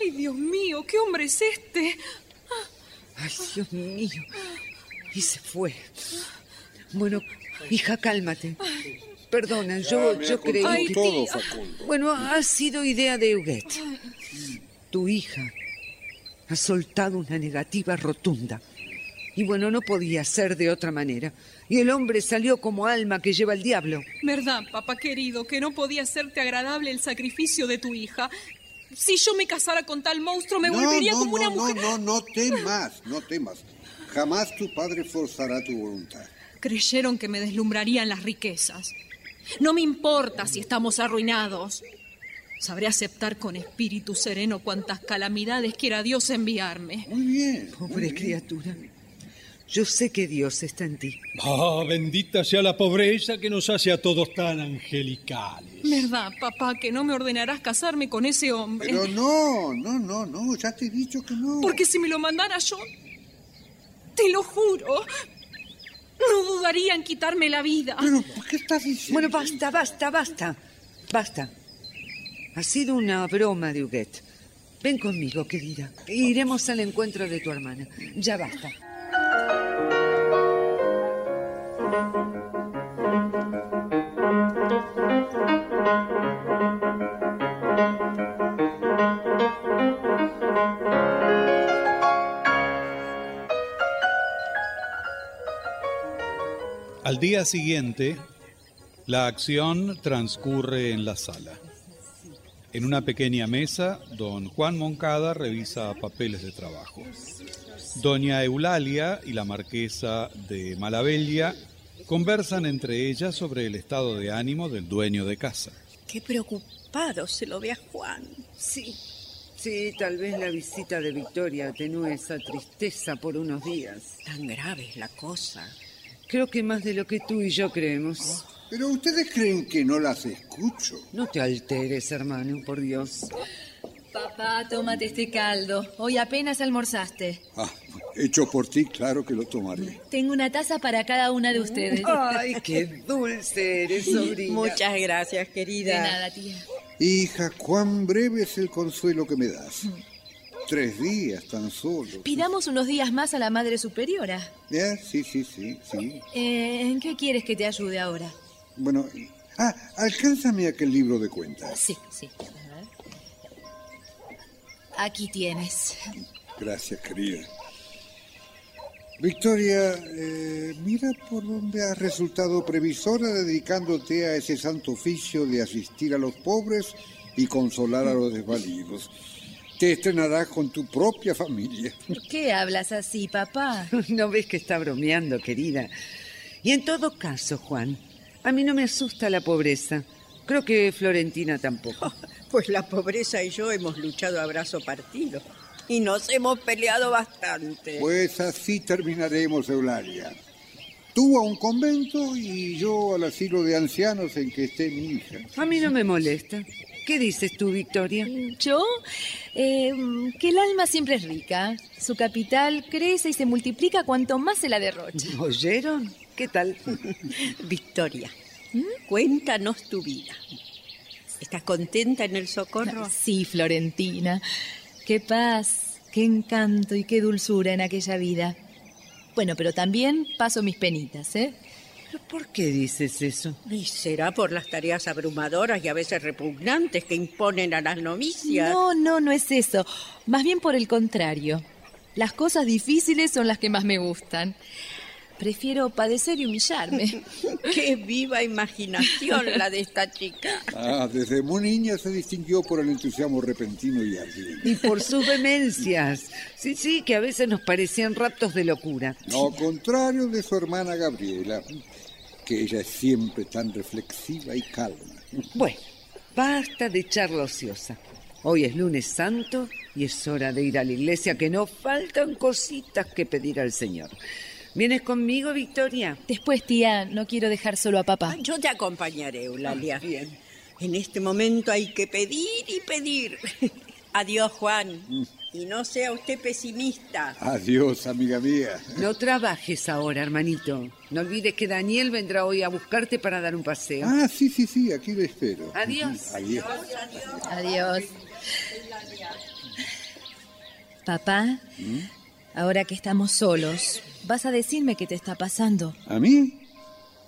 [SPEAKER 7] ¡Ay, Dios mío! ¿Qué hombre es este?
[SPEAKER 2] Ay, Dios mío. Y se fue. Bueno, hija, cálmate. Perdona, yo, yo creí
[SPEAKER 7] Ay,
[SPEAKER 2] que...
[SPEAKER 7] todo,
[SPEAKER 14] Facundo.
[SPEAKER 2] Bueno, ha sido idea de Huguet. Tu hija ha soltado una negativa rotunda. Y bueno, no podía ser de otra manera. Y el hombre salió como alma que lleva el diablo.
[SPEAKER 7] ¿Verdad, papá querido, que no podía hacerte agradable el sacrificio de tu hija? Si yo me casara con tal monstruo, me volvería
[SPEAKER 14] no,
[SPEAKER 7] como
[SPEAKER 14] no,
[SPEAKER 7] una mujer.
[SPEAKER 14] No, no, no temas, no temas. Jamás tu padre forzará tu voluntad.
[SPEAKER 7] Creyeron que me deslumbrarían las riquezas. No me importa si estamos arruinados. Sabré aceptar con espíritu sereno cuantas calamidades quiera Dios enviarme. Mm.
[SPEAKER 2] Muy bien. Pobre criatura. Yo sé que Dios está en ti.
[SPEAKER 8] Ah, bendita sea la pobreza que nos hace a todos tan angelicales.
[SPEAKER 7] ¿Verdad, papá, que no me ordenarás casarme con ese hombre?
[SPEAKER 14] Pero no, no, no, no, ya te he dicho que no.
[SPEAKER 7] Porque si me lo mandara yo, te lo juro, no dudaría en quitarme la vida.
[SPEAKER 2] ¿Qué estás diciendo? Bueno, basta, basta, basta. Basta. Ha sido una broma de Huguet. Ven conmigo, querida. Iremos al encuentro de tu hermana. Ya basta.
[SPEAKER 3] Al día siguiente, la acción transcurre en la sala. En una pequeña mesa, don Juan Moncada revisa papeles de trabajo. Doña Eulalia y la marquesa de Malabella conversan entre ellas sobre el estado de ánimo del dueño de casa.
[SPEAKER 4] Qué preocupado se lo ve a Juan.
[SPEAKER 2] Sí. Sí, tal vez la visita de Victoria atenúe esa tristeza por unos días.
[SPEAKER 4] Tan grave es la cosa.
[SPEAKER 2] Creo que más de lo que tú y yo creemos.
[SPEAKER 14] Ah, Pero ustedes creen que no las escucho.
[SPEAKER 2] No te alteres, hermano, por Dios.
[SPEAKER 15] Papá, tómate este caldo. Hoy apenas almorzaste.
[SPEAKER 14] Ah, hecho por ti, claro que lo tomaré.
[SPEAKER 15] Tengo una taza para cada una de ustedes.
[SPEAKER 2] Ay, qué dulce eres, sobrina.
[SPEAKER 4] Muchas gracias,
[SPEAKER 15] De
[SPEAKER 4] querida.
[SPEAKER 15] nada, tía.
[SPEAKER 14] Hija, cuán breve es el consuelo que me das. Tres días tan solo.
[SPEAKER 15] Pidamos unos días más a la Madre Superiora.
[SPEAKER 14] Ah, Sí, sí, sí, sí.
[SPEAKER 15] Eh, ¿En qué quieres que te ayude ahora?
[SPEAKER 14] Bueno, y- ah, alcánzame aquel libro de cuentas.
[SPEAKER 15] Sí, sí. Aquí tienes.
[SPEAKER 1] Gracias, querida. Victoria, eh, mira por dónde has resultado previsora dedicándote a ese santo oficio de asistir a los pobres y consolar a los desvalidos. Te estrenarás con tu propia familia.
[SPEAKER 15] ¿Por qué hablas así, papá?
[SPEAKER 2] ¿No ves que está bromeando, querida? Y en todo caso, Juan, a mí no me asusta la pobreza. Creo que Florentina tampoco.
[SPEAKER 4] Pues la pobreza y yo hemos luchado a brazo partido y nos hemos peleado bastante.
[SPEAKER 1] Pues así terminaremos, Eulalia. Tú a un convento y yo al asilo de ancianos en que esté mi hija.
[SPEAKER 2] A mí no me molesta. ¿Qué dices tú, Victoria?
[SPEAKER 15] Yo, eh, que el alma siempre es rica. Su capital crece y se multiplica cuanto más se la derrocha.
[SPEAKER 2] ¿Oyeron? ¿Qué tal?
[SPEAKER 4] Victoria, cuéntanos tu vida. ¿Estás contenta en el socorro?
[SPEAKER 15] Sí, Florentina. Qué paz, qué encanto y qué dulzura en aquella vida. Bueno, pero también paso mis penitas, ¿eh?
[SPEAKER 2] ¿Por qué dices eso?
[SPEAKER 4] Y será por las tareas abrumadoras y a veces repugnantes que imponen a las novicias.
[SPEAKER 15] No, no, no es eso. Más bien por el contrario. Las cosas difíciles son las que más me gustan. Prefiero padecer y humillarme.
[SPEAKER 4] ¡Qué viva imaginación la de esta chica!
[SPEAKER 1] Ah, desde muy niña se distinguió por el entusiasmo repentino y ardiente.
[SPEAKER 2] Y por sus vehemencias. Sí, sí, que a veces nos parecían raptos de locura.
[SPEAKER 1] No, contrario de su hermana Gabriela, que ella es siempre tan reflexiva y pues, calma.
[SPEAKER 2] Bueno, basta de charla ociosa. Hoy es lunes santo y es hora de ir a la iglesia, que no faltan cositas que pedir al Señor. ¿Vienes conmigo, Victoria?
[SPEAKER 15] Después, tía, no quiero dejar solo a papá.
[SPEAKER 4] Yo te acompañaré,
[SPEAKER 2] Ah,
[SPEAKER 4] Eulalia. bien. En este momento hay que pedir y pedir. Adiós, Juan.
[SPEAKER 2] Mm.
[SPEAKER 4] Y no sea usted pesimista.
[SPEAKER 1] Adiós, amiga mía.
[SPEAKER 2] No trabajes ahora, hermanito. No olvides que Daniel vendrá hoy a buscarte para dar un paseo.
[SPEAKER 1] Ah, sí, sí, sí, aquí lo espero.
[SPEAKER 2] Adiós.
[SPEAKER 1] Adiós.
[SPEAKER 15] Adiós. Papá, ahora que estamos solos, vas a decirme qué te está pasando.
[SPEAKER 1] ¿A mí?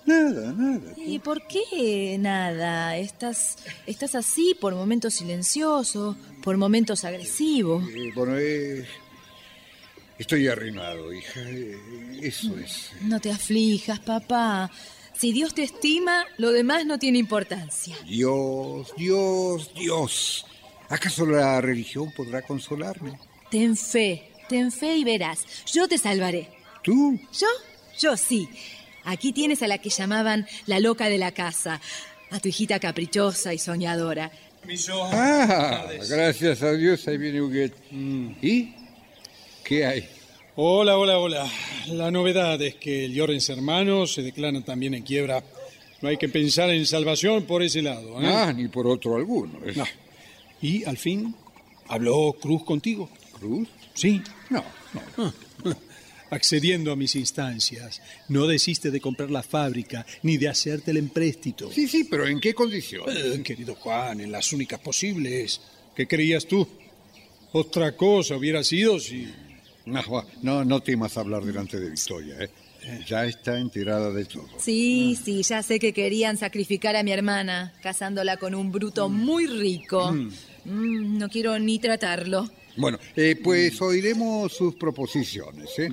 [SPEAKER 1] Nada, nada.
[SPEAKER 15] ¿Y por qué nada? Estás, estás así por momentos silencioso, por momentos agresivo.
[SPEAKER 1] Eh, bueno, eh, estoy arruinado, hija. eh, eso es.
[SPEAKER 15] No te aflijas, papá. Si Dios te estima, lo demás no tiene importancia.
[SPEAKER 1] Dios, Dios, Dios. ¿Acaso la religión podrá consolarme?
[SPEAKER 15] Ten fe, ten fe y verás. Yo te salvaré.
[SPEAKER 1] ¿Tú?
[SPEAKER 15] ¿Yo? Yo sí. Aquí tienes a la que llamaban la loca de la casa, a tu hijita caprichosa y soñadora.
[SPEAKER 1] Ah, gracias a Dios, ahí viene Huguet.
[SPEAKER 8] Mm.
[SPEAKER 1] ¿Y? ¿Qué hay?
[SPEAKER 8] Hola, hola, hola. La novedad es que Llorens Hermanos se declaran también en quiebra. No hay que pensar en salvación por ese lado. ¿eh?
[SPEAKER 1] Ah, ni por otro alguno. ¿eh?
[SPEAKER 8] No. Y al fin, ¿habló Cruz contigo?
[SPEAKER 1] ¿Cruz?
[SPEAKER 8] Sí.
[SPEAKER 1] No,
[SPEAKER 8] no. Accediendo a mis instancias, no desiste de comprar la fábrica ni de hacerte el empréstito.
[SPEAKER 1] Sí, sí, pero ¿en qué condiciones?
[SPEAKER 8] Eh, querido Juan, en las únicas posibles. ¿Qué creías tú? Otra cosa hubiera sido si...
[SPEAKER 1] No, no, no temas hablar delante de Victoria, ¿eh? Ya está enterada de todo. Ah.
[SPEAKER 15] Sí, sí, ya sé que querían sacrificar a mi hermana, casándola con un bruto muy rico. Mm, no quiero ni tratarlo.
[SPEAKER 1] Bueno, eh,
[SPEAKER 8] Mm.
[SPEAKER 1] pues oiremos sus proposiciones, ¿eh?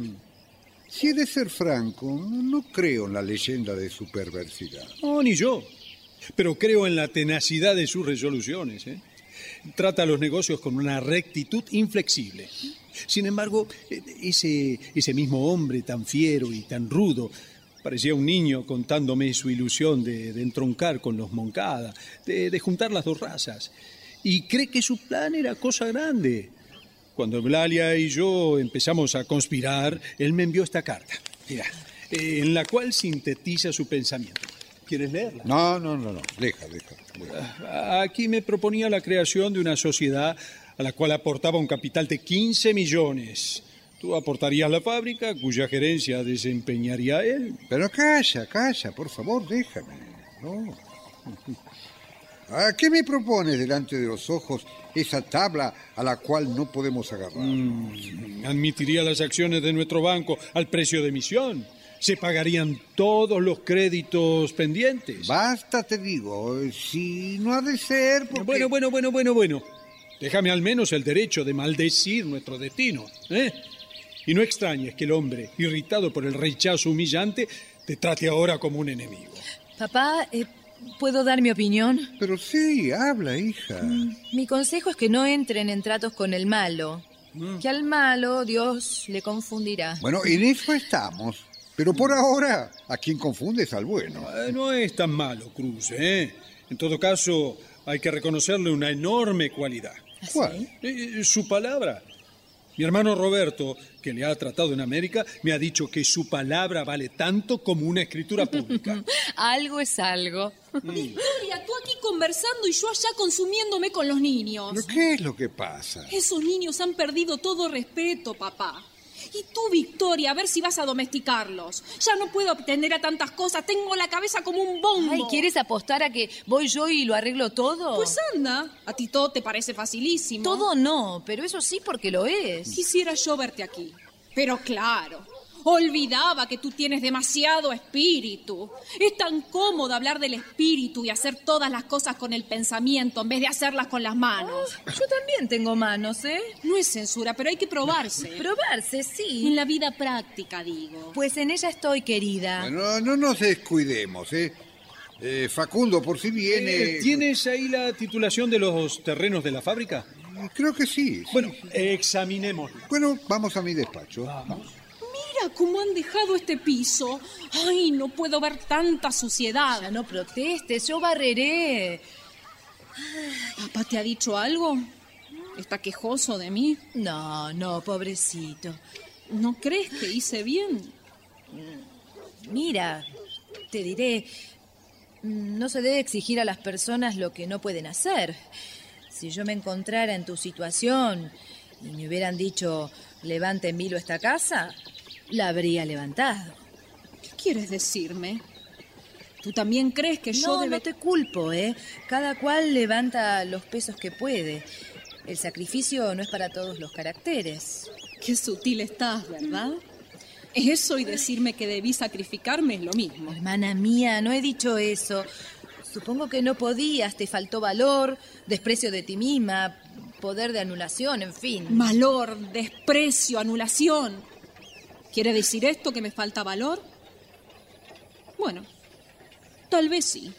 [SPEAKER 1] Si he de ser franco, no creo en la leyenda de su perversidad.
[SPEAKER 8] No, ni yo. Pero creo en la tenacidad de sus resoluciones. ¿eh? Trata los negocios con una rectitud inflexible. Sin embargo, eh, ese, ese mismo hombre tan fiero y tan rudo parecía un niño contándome su ilusión de, de entroncar con los Moncada, de, de juntar las dos razas. Y cree que su plan era cosa grande. Cuando Eulalia y yo empezamos a conspirar, él me envió esta carta, mira, eh, en la cual sintetiza su pensamiento. ¿Quieres leerla?
[SPEAKER 1] No, no, no, no. Deja, deja. Bueno.
[SPEAKER 8] Aquí me proponía la creación de una sociedad a la cual aportaba un capital de 15 millones. Tú aportarías la fábrica, cuya gerencia desempeñaría él.
[SPEAKER 1] Pero calla, calla, por favor, déjame. No. ¿A qué me propones delante de los ojos esa tabla a la cual no podemos agarrar?
[SPEAKER 8] Mm. Admitiría las acciones de nuestro banco al precio de emisión. Se pagarían todos los créditos pendientes.
[SPEAKER 1] Basta, te digo, eh, si no ha de ser porque...
[SPEAKER 8] Bueno, bueno, bueno, bueno, bueno. Déjame al menos el derecho de maldecir nuestro destino. ¿eh? Y no extrañes que el hombre, irritado por el rechazo humillante, te trate ahora como un enemigo.
[SPEAKER 15] Papá, eh, ¿puedo dar mi opinión? Mm,
[SPEAKER 1] Pero sí, habla, hija.
[SPEAKER 15] Mi consejo es que no entren en tratos con el malo. Que al malo Dios le confundirá.
[SPEAKER 1] Mm. Bueno, en eso estamos. Pero por
[SPEAKER 8] Mm.
[SPEAKER 1] ahora, a quien confundes al bueno.
[SPEAKER 8] Eh, No es tan malo, Cruz, ¿eh? En todo caso, hay que reconocerle una enorme cualidad.
[SPEAKER 1] ¿Cuál?
[SPEAKER 8] Eh, eh, su palabra. Mi hermano Roberto, que le ha tratado en América, me ha dicho que su palabra vale tanto como una escritura pública.
[SPEAKER 15] Algo es algo.
[SPEAKER 1] Mm.
[SPEAKER 7] Victoria, tú aquí conversando y yo allá consumiéndome con los niños.
[SPEAKER 1] ¿Pero qué es lo que pasa?
[SPEAKER 7] Esos niños han perdido todo respeto, papá. Y tú, Victoria, a ver si vas a domesticarlos. Ya no puedo obtener a tantas cosas. Tengo la cabeza como un bombo.
[SPEAKER 15] Ay, ¿quieres apostar a que voy yo y lo arreglo todo?
[SPEAKER 7] Pues anda. A ti todo te parece facilísimo.
[SPEAKER 15] Todo no, pero eso sí porque lo es.
[SPEAKER 7] Quisiera yo verte aquí. Pero claro, olvidaba que tú tienes demasiado espíritu. Es tan cómodo hablar del espíritu y hacer todas las cosas con el pensamiento en vez de hacerlas con las manos.
[SPEAKER 15] Oh, Yo también tengo manos, ¿eh?
[SPEAKER 7] No es censura, pero hay que probarse.
[SPEAKER 15] Probarse, sí.
[SPEAKER 7] En la vida práctica, digo.
[SPEAKER 15] Pues en ella estoy, querida.
[SPEAKER 1] No, no nos descuidemos, ¿eh? Eh, Facundo, por si viene...
[SPEAKER 8] Eh, ¿Tienes ahí la titulación de los terrenos de la fábrica?
[SPEAKER 1] Creo que sí.
[SPEAKER 8] Bueno, examinémosla.
[SPEAKER 1] Bueno, vamos a mi despacho.
[SPEAKER 7] Mira cómo han dejado este piso. Ay, no puedo ver tanta suciedad.
[SPEAKER 15] Ya no protestes, yo barreré.
[SPEAKER 7] Ah, ¿Papá te ha dicho algo? ¿Está quejoso de mí?
[SPEAKER 15] No, Ah, no, pobrecito.
[SPEAKER 7] ¿No crees que hice bien?
[SPEAKER 15] Mira, te diré, mm, no se debe exigir a las personas lo que no pueden hacer. Si yo me encontrara en tu situación y me hubieran dicho, levante en vilo esta casa, la habría levantado.
[SPEAKER 7] ¿Qué quieres decirme? ¿Tú también crees que yo
[SPEAKER 15] no,
[SPEAKER 7] debe-
[SPEAKER 15] no te culpo, ¿eh? Cada cual levanta los pesos que puede. El sacrificio no es para todos los caracteres.
[SPEAKER 7] Qué sutil estás, ¿verdad? Eso y decirme que debí sacrificarme es lo mismo.
[SPEAKER 15] Hermana mía, no he dicho eso. Supongo que no podías, te faltó valor, desprecio de ti misma, poder de anulación, en fin.
[SPEAKER 7] Valor, desprecio, anulación. ¿Quiere decir esto que me falta valor? Bueno, tal vez sí.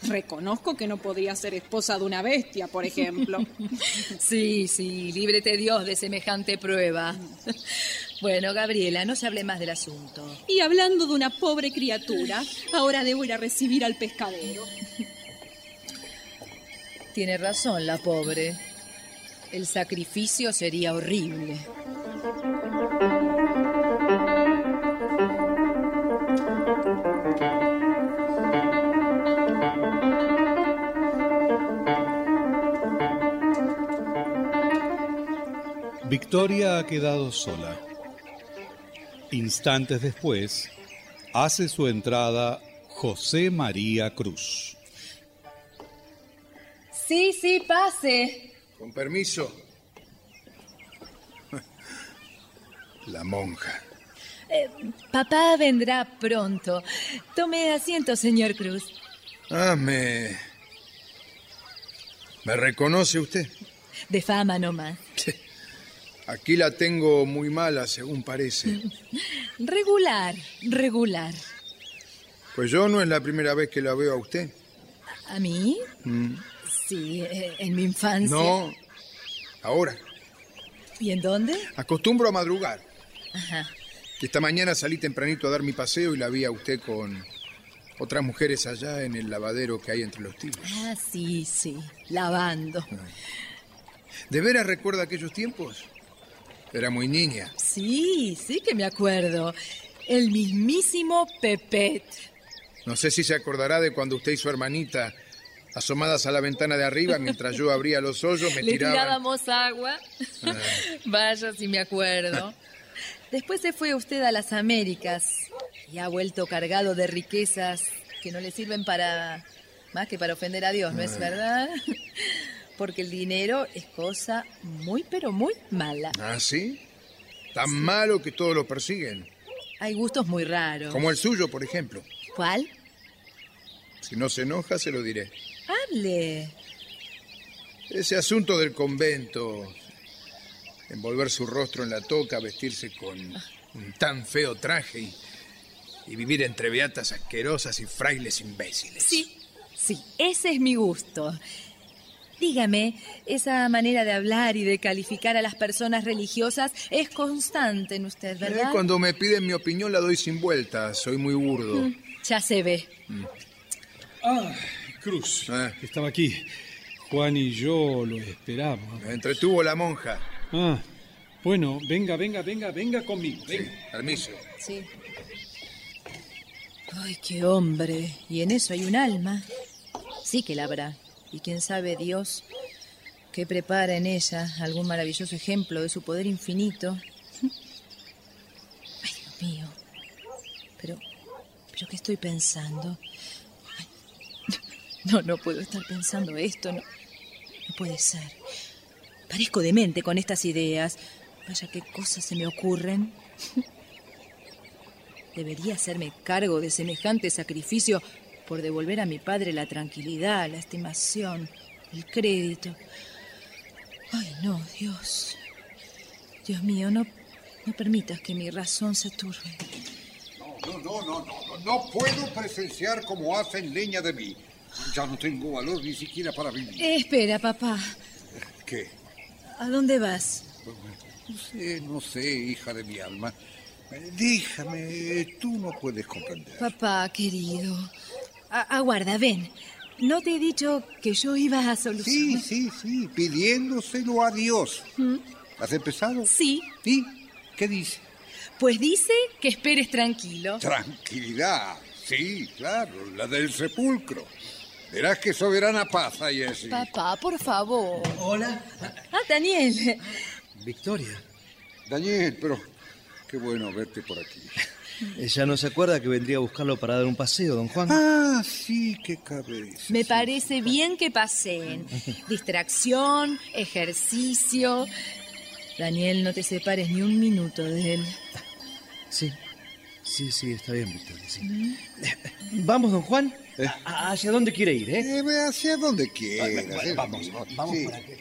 [SPEAKER 7] Reconozco que no podría ser esposa de una bestia, por ejemplo.
[SPEAKER 15] Sí, sí, líbrete Dios de semejante prueba. Bueno, Gabriela, no se hable más del asunto.
[SPEAKER 7] Y hablando de una pobre criatura, ahora debo ir a recibir al pescadero.
[SPEAKER 15] Tiene razón la pobre. El sacrificio sería horrible.
[SPEAKER 3] Victoria ha quedado sola. Instantes después, hace su entrada José María Cruz.
[SPEAKER 15] Sí, sí, pase.
[SPEAKER 10] Con permiso. La monja.
[SPEAKER 15] Eh, Papá vendrá pronto. Tome asiento, señor Cruz.
[SPEAKER 10] Ah, me... ¿Me reconoce usted?
[SPEAKER 15] De fama nomás.
[SPEAKER 10] Aquí la tengo muy mala, según parece.
[SPEAKER 15] Regular, regular.
[SPEAKER 10] Pues yo no es la primera vez que la veo a usted.
[SPEAKER 15] ¿A mí?
[SPEAKER 10] Mm.
[SPEAKER 15] Sí, eh, en mi infancia.
[SPEAKER 10] No, ahora.
[SPEAKER 15] ¿Y en dónde?
[SPEAKER 10] Acostumbro a madrugar.
[SPEAKER 15] Ajá.
[SPEAKER 10] Y Esta mañana salí tempranito a dar mi paseo y la vi a usted con otras mujeres allá en el lavadero que hay entre los tiros.
[SPEAKER 15] Ah, sí, sí, lavando.
[SPEAKER 10] ¿De veras recuerda aquellos tiempos? Era muy niña.
[SPEAKER 15] Sí, sí que me acuerdo. El mismísimo Pepet.
[SPEAKER 10] No sé si se acordará de cuando usted y su hermanita, asomadas a la ventana de arriba, mientras yo abría los hoyos, me
[SPEAKER 15] Le
[SPEAKER 10] tiraban.
[SPEAKER 15] tirábamos agua.
[SPEAKER 10] Eh,
[SPEAKER 15] Vaya si me acuerdo. Después se fue usted a las Américas y ha vuelto cargado de riquezas que no le sirven para más que para ofender a Dios, ¿no es
[SPEAKER 10] Ay.
[SPEAKER 15] verdad? Porque el dinero es cosa muy pero muy mala.
[SPEAKER 10] ¿Ah, sí? Tan malo que todos lo persiguen.
[SPEAKER 15] Hay gustos muy raros.
[SPEAKER 10] Como el suyo, por ejemplo.
[SPEAKER 15] ¿Cuál?
[SPEAKER 10] Si no se enoja, se lo diré.
[SPEAKER 15] Hable.
[SPEAKER 10] Ese asunto del convento, envolver su rostro en la toca, vestirse con un tan feo traje y, y vivir entre beatas asquerosas y frailes imbéciles.
[SPEAKER 15] Sí, sí, ese es mi gusto. Dígame, esa manera de hablar y de calificar a las personas religiosas es constante en usted, ¿verdad?
[SPEAKER 10] Eh, Cuando me piden mi opinión la doy sin vuelta, soy muy burdo.
[SPEAKER 15] Mm, Ya se ve. 嗯
[SPEAKER 8] Ah, Cruz, que estaba aquí. Juan y yo lo esperamos.
[SPEAKER 10] Me entretuvo la monja.
[SPEAKER 8] Ah, bueno, venga, venga, venga, venga conmigo. Venga.
[SPEAKER 10] Permiso.
[SPEAKER 15] Sí. Ay, qué hombre. Y en eso hay un alma. Sí que la habrá. Y quién sabe Dios que prepara en ella algún maravilloso ejemplo de su poder infinito. Ay, Dios mío. Pero, pero ¿qué estoy pensando? Ay, No, no puedo estar pensando esto. No, no puede ser. Parezco demente con estas ideas. Vaya, qué cosas se me ocurren. Debería hacerme cargo de semejante sacrificio por devolver a mi padre la tranquilidad, la estimación, el crédito. Ay, no, Dios. Dios mío, no, no permitas que mi razón se turbe.
[SPEAKER 1] No, no, no, no, no, no puedo presenciar como hacen leña de mí. Ya no tengo valor ni siquiera para vivir.
[SPEAKER 15] Eh, espera, papá.
[SPEAKER 1] ¿Qué?
[SPEAKER 15] ¿A dónde vas?
[SPEAKER 1] No sé, no sé, hija de mi alma. Eh, Déjame, eh, tú no puedes comprender.
[SPEAKER 15] Papá, querido. A- aguarda, ven. ¿No te he dicho que yo iba a
[SPEAKER 1] Sí,
[SPEAKER 15] solucionar?
[SPEAKER 1] sí, sí, pidiéndoselo a Dios.
[SPEAKER 15] ¿Mm?
[SPEAKER 1] ¿Has empezado?
[SPEAKER 15] Sí.
[SPEAKER 1] ¿Y qué dice?
[SPEAKER 15] Pues dice que esperes tranquilo.
[SPEAKER 1] Tranquilidad, sí, claro, la del sepulcro. Verás que soberana paz hay así.
[SPEAKER 15] Papá, por favor.
[SPEAKER 6] Hola.
[SPEAKER 15] Ah, Daniel.
[SPEAKER 6] Victoria.
[SPEAKER 1] Daniel, pero qué bueno verte por aquí.
[SPEAKER 6] Ella no se acuerda que vendría a buscarlo para dar un paseo, don Juan.
[SPEAKER 1] Ah, sí, qué cabeza.
[SPEAKER 15] Me parece bien que pasen. Distracción, ejercicio. Daniel, no te separes ni un minuto de él.
[SPEAKER 6] Sí, sí, sí, está bien, Victoria, sí. Eh, Vamos, don Juan. ¿A- ¿Hacia dónde quiere ir, eh?
[SPEAKER 1] Eh. hacia eh, donde quieras.
[SPEAKER 6] Bueno, vamos, vamos por aquí.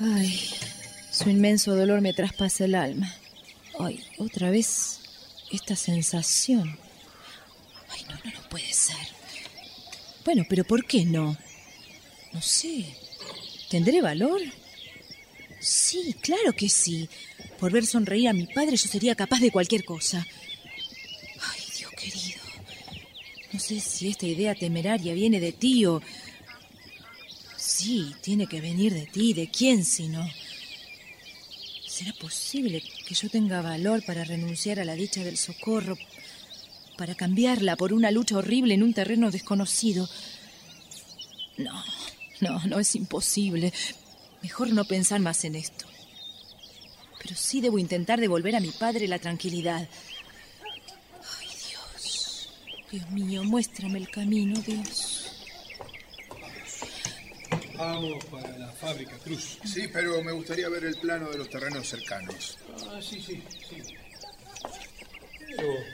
[SPEAKER 15] Ay, su inmenso dolor me traspasa el alma. Ay, otra vez esta sensación. Ay, no, no, no puede ser. Bueno, pero ¿por qué no? No sé. ¿Tendré valor? Sí, claro que sí. Por ver sonreír a mi padre yo sería capaz de cualquier cosa. Ay, Dios querido. No sé si esta idea temeraria viene de ti o... Sí, tiene que venir de ti, de quién sino. ¿Será posible que yo tenga valor para renunciar a la dicha del socorro, para cambiarla por una lucha horrible en un terreno desconocido? No, no, no es imposible. Mejor no pensar más en esto. Pero sí debo intentar devolver a mi padre la tranquilidad. Ay, Dios. Dios mío, muéstrame el camino, Dios.
[SPEAKER 8] Vamos para la fábrica Cruz.
[SPEAKER 10] Sí, pero me gustaría ver el plano de los terrenos cercanos.
[SPEAKER 8] Ah, sí, sí, sí. Pero,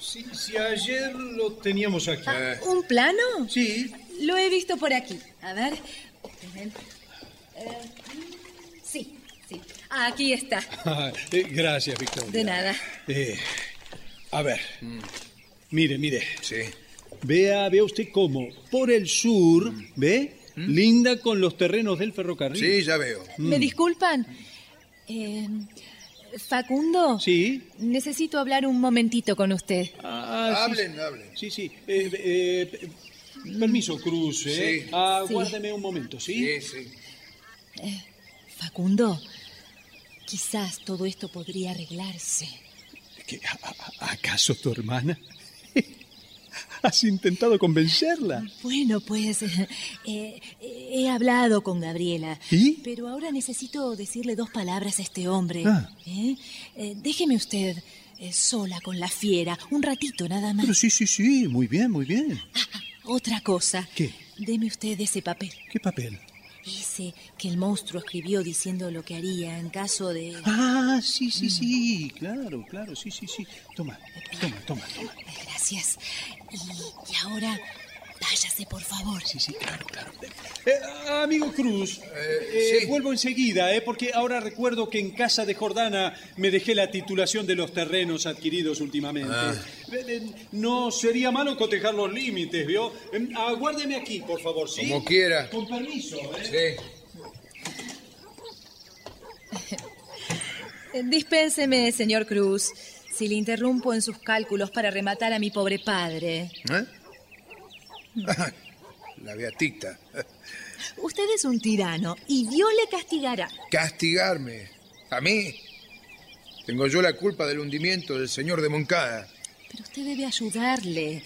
[SPEAKER 8] si, si ayer lo teníamos aquí.
[SPEAKER 10] Eh.
[SPEAKER 15] ¿Un plano?
[SPEAKER 8] Sí.
[SPEAKER 15] Lo he visto por aquí. A ver. Eh, sí, sí. Ah, aquí está.
[SPEAKER 8] Eh, Gracias, Victoria.
[SPEAKER 15] De nada.
[SPEAKER 8] Eh, a ver.
[SPEAKER 10] Mm.
[SPEAKER 8] Mire, mire. Vea, vea usted cómo por el sur, ¿ve? Linda con los terrenos del ferrocarril.
[SPEAKER 10] Mm. Sí, ya veo.
[SPEAKER 8] Mm.
[SPEAKER 15] ¿Me disculpan? Eh, Facundo.
[SPEAKER 8] Sí.
[SPEAKER 15] Necesito hablar un momentito con usted.
[SPEAKER 8] hablen,
[SPEAKER 10] hablen.
[SPEAKER 8] Ah, Sí, sí. Eh, eh, eh, permiso, Cruz. ¿eh?
[SPEAKER 10] Sí.
[SPEAKER 8] Aguárdeme un momento, ¿sí?
[SPEAKER 10] Sí, sí.
[SPEAKER 15] Eh, Facundo, quizás todo esto podría arreglarse.
[SPEAKER 8] ¿Qué, a- a- ¿Acaso tu hermana? ¿Has intentado convencerla?
[SPEAKER 15] Bueno, pues eh, eh, he hablado con Gabriela.
[SPEAKER 8] ¿Y?
[SPEAKER 15] Pero ahora necesito decirle dos palabras a este hombre.
[SPEAKER 8] Ah.
[SPEAKER 15] ¿Eh? Eh, déjeme usted eh, sola con la fiera, un ratito nada más.
[SPEAKER 8] Pero sí, sí, sí. Muy bien, muy bien.
[SPEAKER 15] Otra cosa.
[SPEAKER 8] ¿Qué?
[SPEAKER 15] Deme usted ese papel.
[SPEAKER 8] ¿Qué papel?
[SPEAKER 15] Ese que el monstruo escribió diciendo lo que haría en caso de...
[SPEAKER 8] Ah, sí,
[SPEAKER 15] Mm.
[SPEAKER 8] sí, sí, claro, claro, sí, sí, sí. Toma, toma, toma, toma.
[SPEAKER 15] Gracias. Y, y ahora, váyase, por favor.
[SPEAKER 8] Sí, sí, claro, claro. Eh, amigo Cruz, eh, vuelvo enseguida, eh, porque ahora recuerdo que en casa de Jordana me dejé la titulación de los terrenos adquiridos últimamente.
[SPEAKER 10] Ah.
[SPEAKER 8] Eh, eh, No sería malo cotejar los límites, ¿vio? Eh, Aguárdeme aquí, por favor, ¿sí?
[SPEAKER 10] Como quiera.
[SPEAKER 8] Con permiso, ¿eh?
[SPEAKER 15] Eh, Dispénseme, señor Cruz, si le interrumpo en sus cálculos para rematar a mi pobre padre.
[SPEAKER 10] ¿Eh? La beatita.
[SPEAKER 15] Usted es un tirano y Dios le castigará.
[SPEAKER 10] Castigarme. ¿A mí? Tengo yo la culpa del hundimiento del señor de Moncada.
[SPEAKER 15] Pero usted debe ayudarle.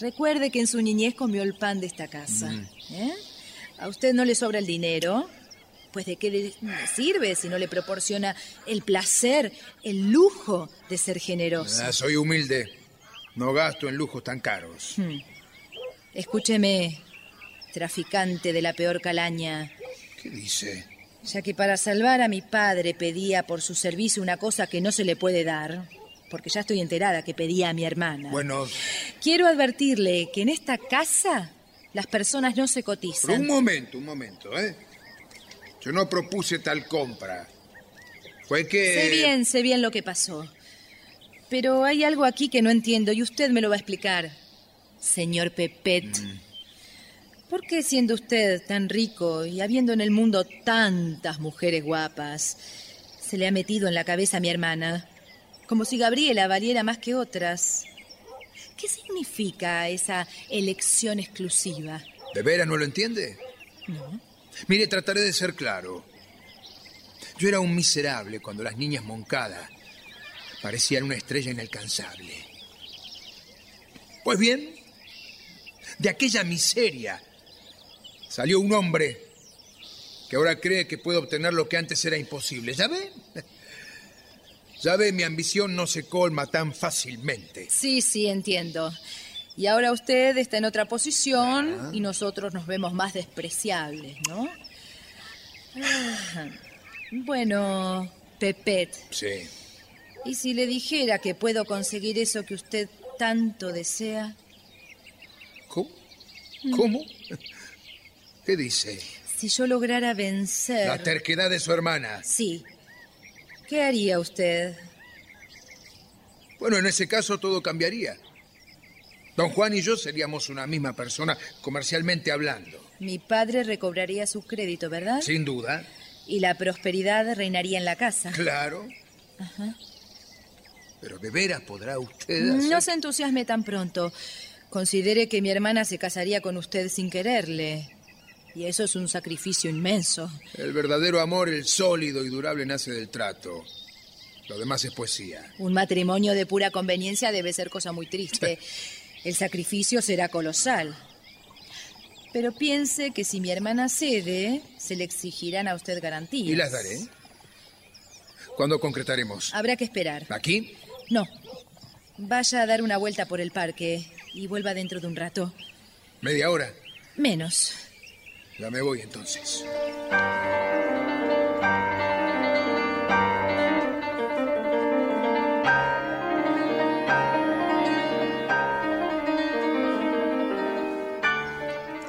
[SPEAKER 15] Recuerde que en su niñez comió el pan de esta casa.
[SPEAKER 10] Mm.
[SPEAKER 15] ¿eh? A usted no le sobra el dinero. Pues de qué le le sirve si no le proporciona el placer, el lujo de ser generoso.
[SPEAKER 10] Ah, soy humilde. No gasto en lujos tan caros.
[SPEAKER 15] Hmm. Escúcheme, traficante de la peor calaña.
[SPEAKER 10] ¿Qué dice?
[SPEAKER 15] Ya que para salvar a mi padre pedía por su servicio una cosa que no se le puede dar, porque ya estoy enterada que pedía a mi hermana.
[SPEAKER 10] Bueno,
[SPEAKER 15] Quiero advertirle que en esta casa las personas no se
[SPEAKER 10] pero
[SPEAKER 15] cotizan.
[SPEAKER 10] un momento, un momento, ¿eh? Yo no propuse tal compra. Fue que...
[SPEAKER 15] Sé bien, sé bien lo que pasó. Pero hay algo aquí que no entiendo y usted me lo va a explicar, señor Pepet. ¿Por qué siendo usted tan rico y habiendo en el mundo tantas mujeres guapas, se le ha metido en la cabeza a mi hermana? Como si Gabriela valiera más que otras. ¿Qué significa esa elección exclusiva?
[SPEAKER 10] ¿De veras no lo entiende?
[SPEAKER 15] No.
[SPEAKER 10] Mire, trataré de ser claro. Yo era un miserable cuando las niñas Moncada parecían una estrella inalcanzable. Pues bien, de aquella miseria salió un hombre que ahora cree que puede obtener lo que antes era imposible. ¿Ya ve? Ya ve, mi ambición no se colma tan fácilmente.
[SPEAKER 15] Sí, sí, entiendo. Y ahora usted está en otra posición y nosotros nos vemos más despreciables, ¿no? Ah, Bueno, Pepet,
[SPEAKER 10] Sí.
[SPEAKER 15] ¿y si le dijera que puedo conseguir eso que usted tanto desea? Mm.
[SPEAKER 10] ¿Cómo? ¿Cómo? ¿Qué dice?
[SPEAKER 15] Si yo lograra vencer...
[SPEAKER 10] La terquedad de su hermana.
[SPEAKER 15] Sí. ¿Qué haría usted?
[SPEAKER 10] Bueno, en ese caso todo cambiaría. Don Juan y yo seríamos una misma persona comercialmente hablando,
[SPEAKER 15] Mi padre recobraría su crédito, ¿verdad?
[SPEAKER 10] sin duda.
[SPEAKER 15] Y la prosperidad reinaría en la casa.
[SPEAKER 10] Claro,
[SPEAKER 15] Ajá.
[SPEAKER 10] pero de veras podrá usted hacer-
[SPEAKER 15] No se entusiasme tan pronto. Considere que mi hermana se casaría con usted sin quererle. Y eso es un sacrificio inmenso.
[SPEAKER 10] El verdadero amor, el sólido y durable, nace del trato. Lo demás es poesía.
[SPEAKER 15] Un matrimonio de pura conveniencia debe ser cosa muy triste. El sacrificio será colosal. Pero piense que si mi hermana cede, se le exigirán a usted garantías.
[SPEAKER 10] Y las daré. ¿Cuándo concretaremos?
[SPEAKER 15] Habrá que esperar.
[SPEAKER 10] ¿Aquí?
[SPEAKER 15] No. Vaya a dar una vuelta por el parque y vuelva dentro de un rato.
[SPEAKER 10] ¿Media hora?
[SPEAKER 15] Menos.
[SPEAKER 10] Ya me voy entonces.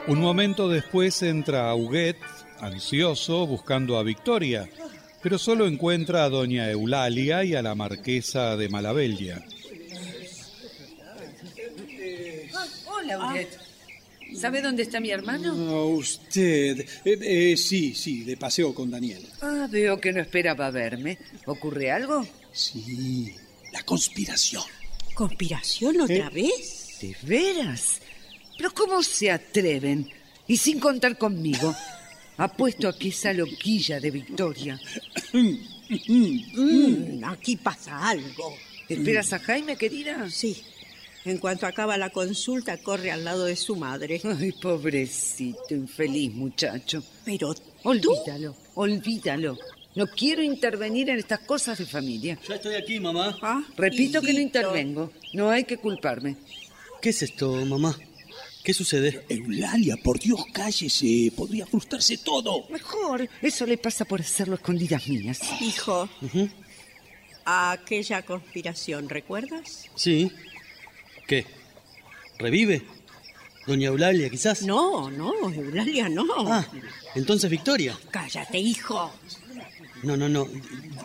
[SPEAKER 3] Un momento después entra Auguet, ansioso, buscando a Victoria, pero solo encuentra a doña Eulalia y a la marquesa de Malabella.
[SPEAKER 2] Oh, Hola, Auguet. ¿Sabe dónde está mi hermano?
[SPEAKER 8] Ah, usted. Eh, eh, sí, sí, de paseo con Daniel.
[SPEAKER 2] Ah, veo que no esperaba verme. ¿Ocurre algo?
[SPEAKER 8] Sí, la conspiración.
[SPEAKER 2] ¿Conspiración
[SPEAKER 8] otra Eh.
[SPEAKER 2] vez? ¿De veras? ¿Pero cómo se atreven? Y sin contar conmigo. Apuesto a que esa loquilla de Victoria.
[SPEAKER 16] Mm, aquí pasa algo.
[SPEAKER 4] Mm.
[SPEAKER 2] ¿Esperas a Jaime, querida?
[SPEAKER 16] Sí. En cuanto acaba la consulta, corre al lado de su madre.
[SPEAKER 2] Ay, pobrecito, infeliz muchacho.
[SPEAKER 16] Pero
[SPEAKER 2] Olvídalo, olvídalo. No quiero intervenir en estas cosas de familia.
[SPEAKER 5] Ya estoy aquí, mamá.
[SPEAKER 2] Ah, Repito que no
[SPEAKER 16] Hijito.
[SPEAKER 2] intervengo. No hay que culparme.
[SPEAKER 5] ¿Qué es esto, mamá? ¿Qué sucede?
[SPEAKER 17] Eulalia, por Dios, cállese. Podría frustrarse todo.
[SPEAKER 2] Mejor. Eso le pasa por hacerlo a escondidas mías.
[SPEAKER 16] Hijo, a aquella conspiración, ¿recuerdas?
[SPEAKER 5] Sí. ¿Qué? ¿Revive? ¿Doña Eulalia, quizás?
[SPEAKER 16] No, no, Eulalia, no.
[SPEAKER 5] Ah, entonces Victoria.
[SPEAKER 16] Cállate, hijo.
[SPEAKER 5] No, no, no.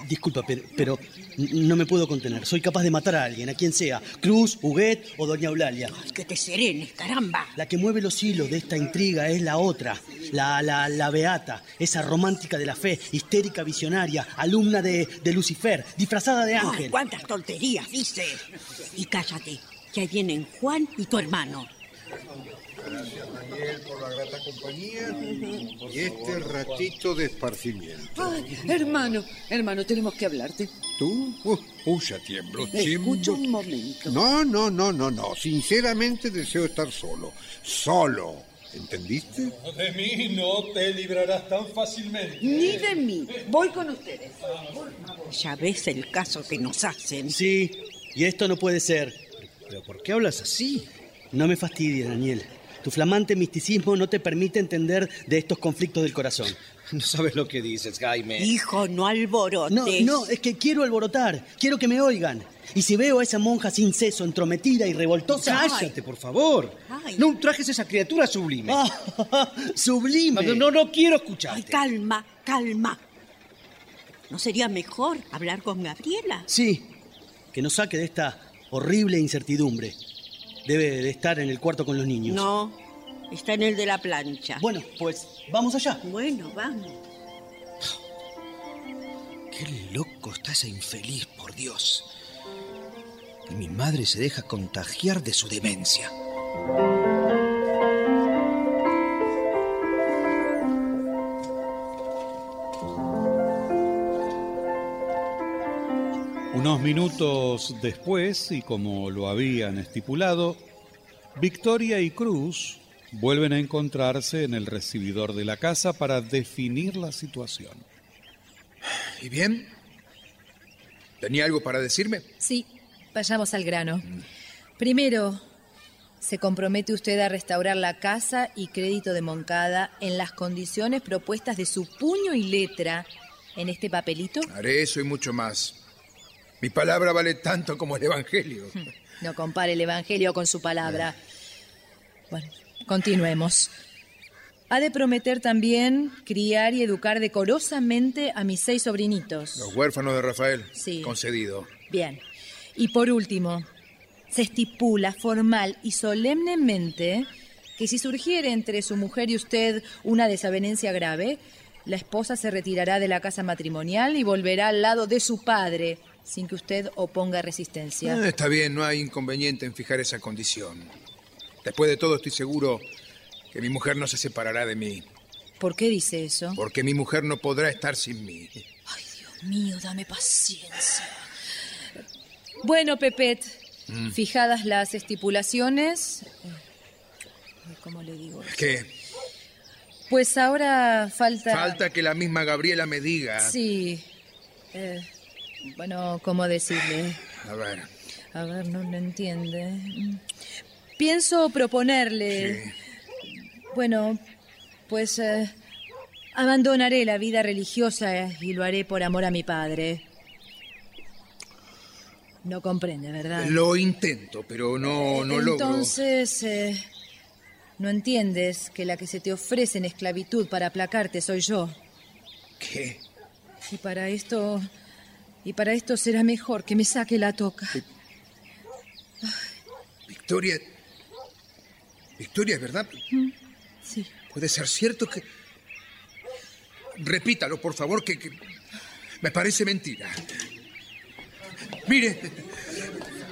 [SPEAKER 5] Disculpa, pero, pero no me puedo contener. Soy capaz de matar a alguien, a quien sea. Cruz, Huguet o Doña Eulalia.
[SPEAKER 16] Que te serenes, caramba.
[SPEAKER 5] La que mueve los hilos de esta intriga es la otra, la, la, la beata, esa romántica de la fe, histérica visionaria, alumna de, de Lucifer, disfrazada de
[SPEAKER 16] Ay,
[SPEAKER 5] ángel.
[SPEAKER 16] cuántas tonterías dices. Y cállate, que ahí vienen Juan y tu hermano.
[SPEAKER 1] Gracias, Daniel, por la grata compañía y este ratito de esparcimiento.
[SPEAKER 2] Ay, hermano, hermano, tenemos que hablarte.
[SPEAKER 1] ¿Tú? Uh, uh, ya tiemblo,
[SPEAKER 2] Escucha
[SPEAKER 1] tiemblo.
[SPEAKER 2] un momento.
[SPEAKER 1] No, no, no, no, no. Sinceramente deseo estar solo. Solo. ¿Entendiste?
[SPEAKER 9] De mí no te librarás tan fácilmente.
[SPEAKER 2] Ni de mí. Voy con ustedes.
[SPEAKER 16] Ya ves el caso que nos hacen.
[SPEAKER 5] Sí, y esto no puede ser. ¿Pero por qué hablas así? No me fastidies, Daniel. Tu flamante misticismo no te permite entender de estos conflictos del corazón.
[SPEAKER 12] No sabes lo que dices, Jaime.
[SPEAKER 16] Hijo, no
[SPEAKER 5] No,
[SPEAKER 16] alborotes.
[SPEAKER 5] no, es que quiero alborotar, quiero que me oigan. Y si veo a esa monja sin seso, entrometida y revoltosa...
[SPEAKER 12] Cállate, por favor.
[SPEAKER 16] Ay.
[SPEAKER 12] No ultrajes a esa criatura sublime.
[SPEAKER 5] Ah, sublime.
[SPEAKER 12] No, no, no quiero escucharte.
[SPEAKER 16] Ay, calma, calma. ¿No sería mejor hablar con Gabriela?
[SPEAKER 5] Sí, que nos saque de esta horrible incertidumbre. Debe de estar en el cuarto con los niños.
[SPEAKER 16] No, está en el de la plancha.
[SPEAKER 5] Bueno, pues vamos allá.
[SPEAKER 16] Bueno, vamos.
[SPEAKER 6] Qué loco está ese infeliz, por Dios. Y mi madre se deja contagiar de su demencia.
[SPEAKER 3] Unos minutos después, y como lo habían estipulado, Victoria y Cruz vuelven a encontrarse en el recibidor de la casa para definir la situación.
[SPEAKER 10] ¿Y bien? ¿Tenía algo para decirme?
[SPEAKER 15] Sí, vayamos al grano. Primero, se compromete usted a restaurar la casa y crédito de Moncada en las condiciones propuestas de su puño y letra en este papelito.
[SPEAKER 10] Haré eso y mucho más. Mi palabra vale tanto como el Evangelio.
[SPEAKER 15] No compare el Evangelio con su palabra. Bueno, continuemos. Ha de prometer también criar y educar decorosamente a mis seis sobrinitos.
[SPEAKER 10] Los huérfanos de Rafael.
[SPEAKER 15] Sí.
[SPEAKER 10] Concedido.
[SPEAKER 15] Bien. Y por último, se estipula formal y solemnemente que si surgiere entre su mujer y usted una desavenencia grave, la esposa se retirará de la casa matrimonial y volverá al lado de su padre sin que usted oponga resistencia.
[SPEAKER 10] Ah, está bien, no hay inconveniente en fijar esa condición. Después de todo, estoy seguro que mi mujer no se separará de mí,
[SPEAKER 15] ¿Por qué dice eso?
[SPEAKER 10] porque mi mujer no podrá estar sin mí.
[SPEAKER 15] Dios mío, dame paciencia. Bueno, Pepet, Mm. fijadas las estipulaciones. eh, ¿Cómo le digo?
[SPEAKER 10] ¿Qué?
[SPEAKER 15] Pues ahora falta.
[SPEAKER 10] Falta que la misma Gabriela me diga.
[SPEAKER 15] Sí. Eh, bueno, ¿cómo decirle?
[SPEAKER 10] A ver,
[SPEAKER 15] A ver, no lo entiende. Mm. Pienso proponerle. Bueno, pues eh, abandonaré la vida religiosa y lo haré por amor a mi padre. No comprende, ¿verdad?
[SPEAKER 10] lo intento, pero no, no logro.
[SPEAKER 15] Entonces, eh, ¿no entiendes que la que se te ofrece en esclavitud para aplacarte soy yo?
[SPEAKER 10] ¿Qué?
[SPEAKER 15] Y para esto. Y para esto será mejor que me saque la toca.
[SPEAKER 10] Victoria. Victoria, ¿es verdad?
[SPEAKER 15] Sí.
[SPEAKER 10] ¿Puede ser cierto que.? Repítalo, por favor, que. que- Me parece mentira. Mire.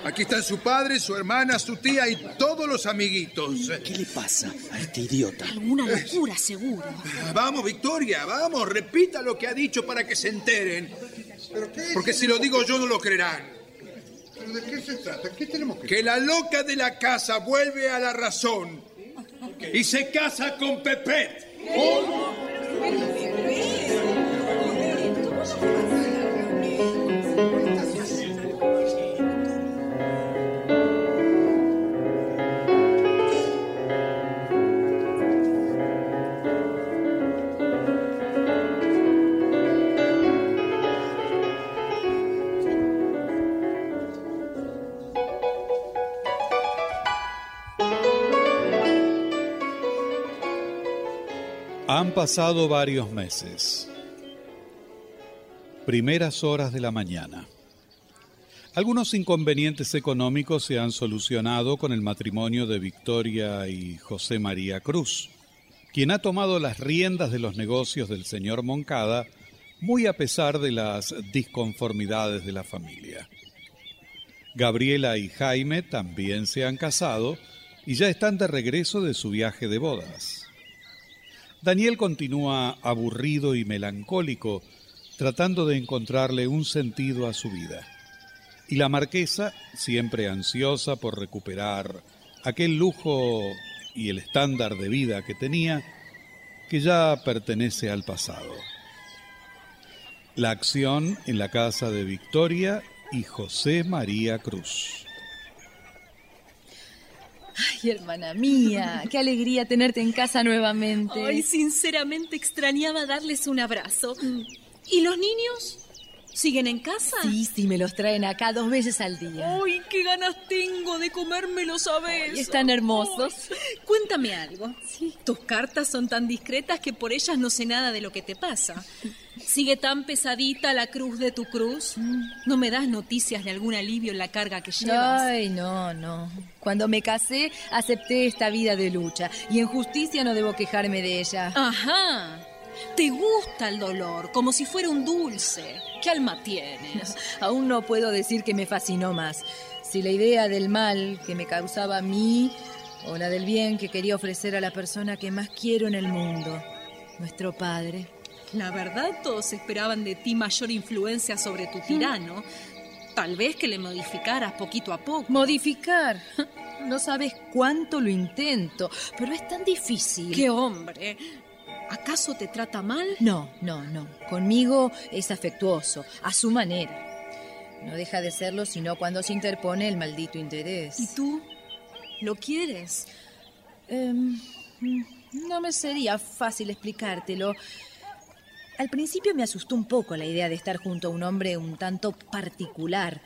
[SPEAKER 10] Aquí están su padre, su hermana, su tía y todos los amiguitos.
[SPEAKER 5] ¿Qué le pasa a este idiota?
[SPEAKER 16] Alguna locura, seguro.
[SPEAKER 10] Vamos, Victoria, vamos, repita lo que ha dicho para que se enteren. Porque si lo digo yo no lo creerán.
[SPEAKER 1] ¿Pero de qué se trata? ¿Qué tenemos que
[SPEAKER 10] Que la loca de la casa vuelve a la razón y se casa con Pepet.
[SPEAKER 3] Han pasado varios meses. Primeras horas de la mañana. Algunos inconvenientes económicos se han solucionado con el matrimonio de Victoria y José María Cruz, quien ha tomado las riendas de los negocios del señor Moncada, muy a pesar de las disconformidades de la familia. Gabriela y Jaime también se han casado y ya están de regreso de su viaje de bodas. Daniel continúa aburrido y melancólico, tratando de encontrarle un sentido a su vida. Y la marquesa, siempre ansiosa por recuperar aquel lujo y el estándar de vida que tenía, que ya pertenece al pasado. La acción en la casa de Victoria y José María Cruz.
[SPEAKER 15] Ay, hermana mía, qué alegría tenerte en casa nuevamente.
[SPEAKER 7] Ay, sinceramente extrañaba darles un abrazo. ¿Y los niños? ¿Siguen en casa?
[SPEAKER 15] Sí, sí, me los traen acá dos veces al día.
[SPEAKER 7] Ay, qué ganas tengo de comérmelos a veces.
[SPEAKER 15] Ay, están hermosos.
[SPEAKER 7] Ay, cuéntame algo. Sí. Tus cartas son tan discretas que por ellas no sé nada de lo que te pasa. ¿Sigue tan pesadita la cruz de tu cruz?
[SPEAKER 15] Mm.
[SPEAKER 7] ¿No me das noticias de algún alivio en la carga que llevas?
[SPEAKER 15] Ay, no, no. Cuando me casé, acepté esta vida de lucha y en justicia no debo quejarme de ella.
[SPEAKER 7] Ajá. Te gusta el dolor, como si fuera un dulce. ¿Qué alma tienes?
[SPEAKER 15] Aún no puedo decir que me fascinó más. Si la idea del mal que me causaba a mí o la del bien que quería ofrecer a la persona que más quiero en el mundo, nuestro padre.
[SPEAKER 7] La verdad, todos esperaban de ti mayor influencia sobre
[SPEAKER 15] Mm.
[SPEAKER 7] tu tirano. Tal vez que le modificaras poquito a poco.
[SPEAKER 15] ¿Modificar? No sabes cuánto lo intento, pero es tan difícil.
[SPEAKER 7] ¡Qué hombre! ¿Acaso te trata mal?
[SPEAKER 15] No, no, no. Conmigo es afectuoso, a su manera. No deja de serlo sino cuando se interpone el maldito interés.
[SPEAKER 7] ¿Y tú? ¿Lo quieres?
[SPEAKER 15] Em, no me sería fácil explicártelo. Al principio me asustó un poco la idea de estar junto a un hombre un tanto particular,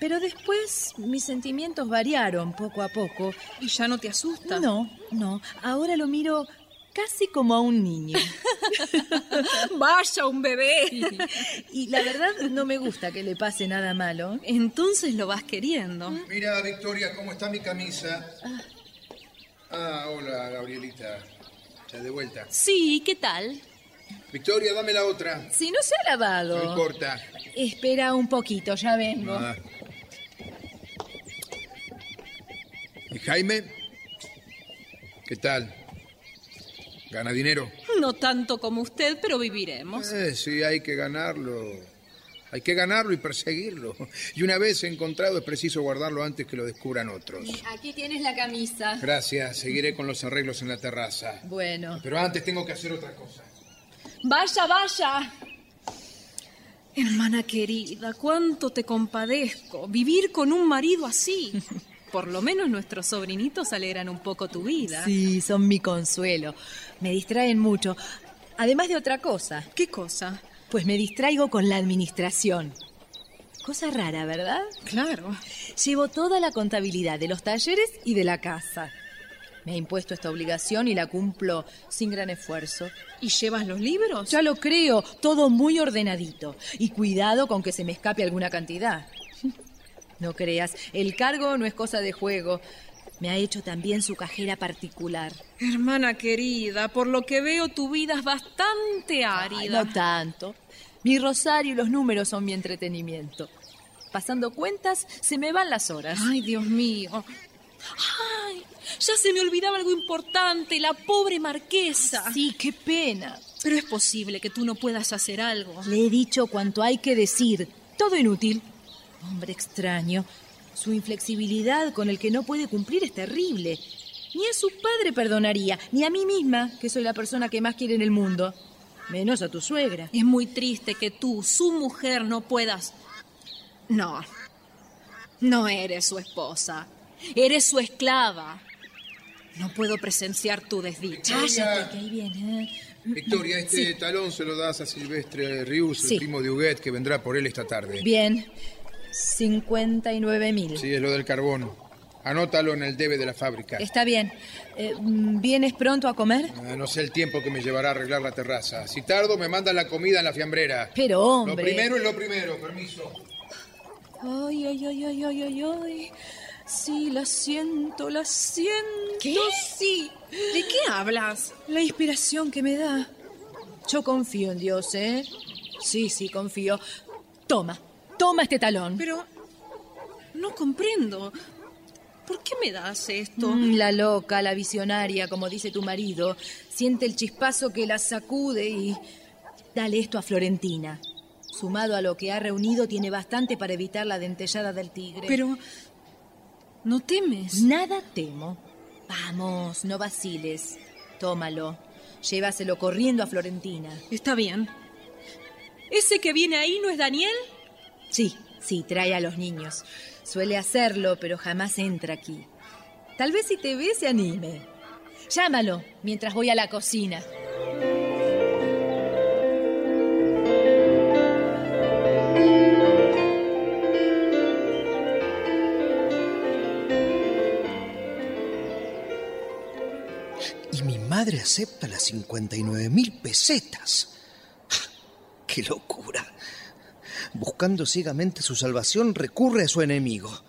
[SPEAKER 15] pero después mis sentimientos variaron poco a poco.
[SPEAKER 7] ¿Y ya no te asusta?
[SPEAKER 15] No, no, ahora lo miro casi como a un niño.
[SPEAKER 7] Vaya, un bebé.
[SPEAKER 15] Y la verdad no me gusta que le pase nada malo. Mm.
[SPEAKER 7] Entonces lo vas queriendo.
[SPEAKER 10] Mira, Victoria, cómo está mi camisa. Ah, hola, Gabrielita. Ya de vuelta.
[SPEAKER 7] Sí, ¿qué tal?
[SPEAKER 10] Victoria, dame la otra.
[SPEAKER 15] Si no se ha lavado.
[SPEAKER 10] No importa.
[SPEAKER 15] Espera un poquito, ya vengo.
[SPEAKER 10] Ah. ¿Y Jaime? ¿Qué tal? ¿Gana dinero?
[SPEAKER 7] No tanto como usted, pero viviremos.
[SPEAKER 10] Eh, sí, hay que ganarlo. Hay que ganarlo y perseguirlo. Y una vez encontrado es preciso guardarlo antes que lo descubran otros.
[SPEAKER 15] Aquí tienes la camisa.
[SPEAKER 10] Gracias, seguiré con los arreglos en la terraza.
[SPEAKER 15] Bueno.
[SPEAKER 10] Pero antes tengo que hacer otra cosa.
[SPEAKER 7] Vaya, vaya. Hermana querida, cuánto te compadezco. Vivir con un marido así. Por lo menos nuestros sobrinitos alegran un poco tu vida.
[SPEAKER 15] Sí, son mi consuelo. Me distraen mucho. Además de otra cosa.
[SPEAKER 7] ¿Qué cosa?
[SPEAKER 15] Pues me distraigo con la administración. Cosa rara, ¿verdad?
[SPEAKER 7] Claro.
[SPEAKER 15] Llevo toda la contabilidad de los talleres y de la casa. Me he impuesto esta obligación y la cumplo sin gran esfuerzo.
[SPEAKER 7] ¿Y llevas los libros?
[SPEAKER 15] Ya lo creo, todo muy ordenadito. Y cuidado con que se me escape alguna cantidad. No creas, el cargo no es cosa de juego. Me ha hecho también su cajera particular.
[SPEAKER 7] Hermana querida, por lo que veo tu vida es
[SPEAKER 15] Ay,
[SPEAKER 7] bastante árida.
[SPEAKER 15] no tanto. Mi rosario y los números son mi entretenimiento. Pasando cuentas, se me van las horas.
[SPEAKER 7] Ay, Dios mío. Ay, ya se me olvidaba algo importante, la pobre marquesa.
[SPEAKER 15] Sí, qué pena.
[SPEAKER 7] Pero es posible que tú no puedas hacer algo.
[SPEAKER 15] Le he dicho cuanto hay que decir. Todo inútil. Hombre extraño. Su inflexibilidad con el que no puede cumplir es terrible. Ni a su padre perdonaría, ni a mí misma, que soy la persona que más quiere en el mundo. Menos a tu suegra.
[SPEAKER 7] Es muy triste que tú, su mujer, no puedas... No, no eres su esposa, eres su esclava. No puedo presenciar tu desdicha.
[SPEAKER 15] Cállate, que ahí viene. ¿eh?
[SPEAKER 10] Victoria, este talón se lo das a Silvestre Rius,
[SPEAKER 15] Sí.
[SPEAKER 10] el primo de Huguet, que vendrá por él esta tarde.
[SPEAKER 15] Bien. 59 mil.
[SPEAKER 10] Sí, es lo del carbón. Anótalo en el debe de la fábrica.
[SPEAKER 15] Está bien. Eh, ¿Vienes pronto a comer?
[SPEAKER 10] Ah, No sé el tiempo que me llevará a arreglar la terraza. Si tardo, me mandan la comida en la fiambrera.
[SPEAKER 15] Pero, hombre.
[SPEAKER 10] Lo primero es lo primero, permiso.
[SPEAKER 7] Ay, ay, ay, ay, ay, ay, ay. Sí, la siento, la siento. ¿Qué? Sí. ¿De qué hablas?
[SPEAKER 15] La inspiración que me da. Yo confío en Dios, ¿eh? Sí, sí, confío. Toma, toma este talón.
[SPEAKER 7] Pero no comprendo. ¿Por qué me das esto?
[SPEAKER 15] Mm, la loca, la visionaria, como dice tu marido, siente el chispazo que la sacude y... Dale esto a Florentina. Sumado a lo que ha reunido, tiene bastante para evitar la dentellada del tigre.
[SPEAKER 7] Pero, ¿no temes?
[SPEAKER 15] Nada temo. Vamos, no vaciles. Tómalo. Llévaselo corriendo a Florentina.
[SPEAKER 7] Está bien. ¿Ese que viene ahí no es Daniel?
[SPEAKER 15] Sí, sí, trae a los niños. Suele hacerlo, pero jamás entra aquí. Tal vez si te ve se anime. Llámalo mientras voy a la cocina.
[SPEAKER 6] Y mi madre acepta las 59 mil pesetas. ¡Ah! ¡Qué locura! Buscando ciegamente su salvación, recurre a su enemigo.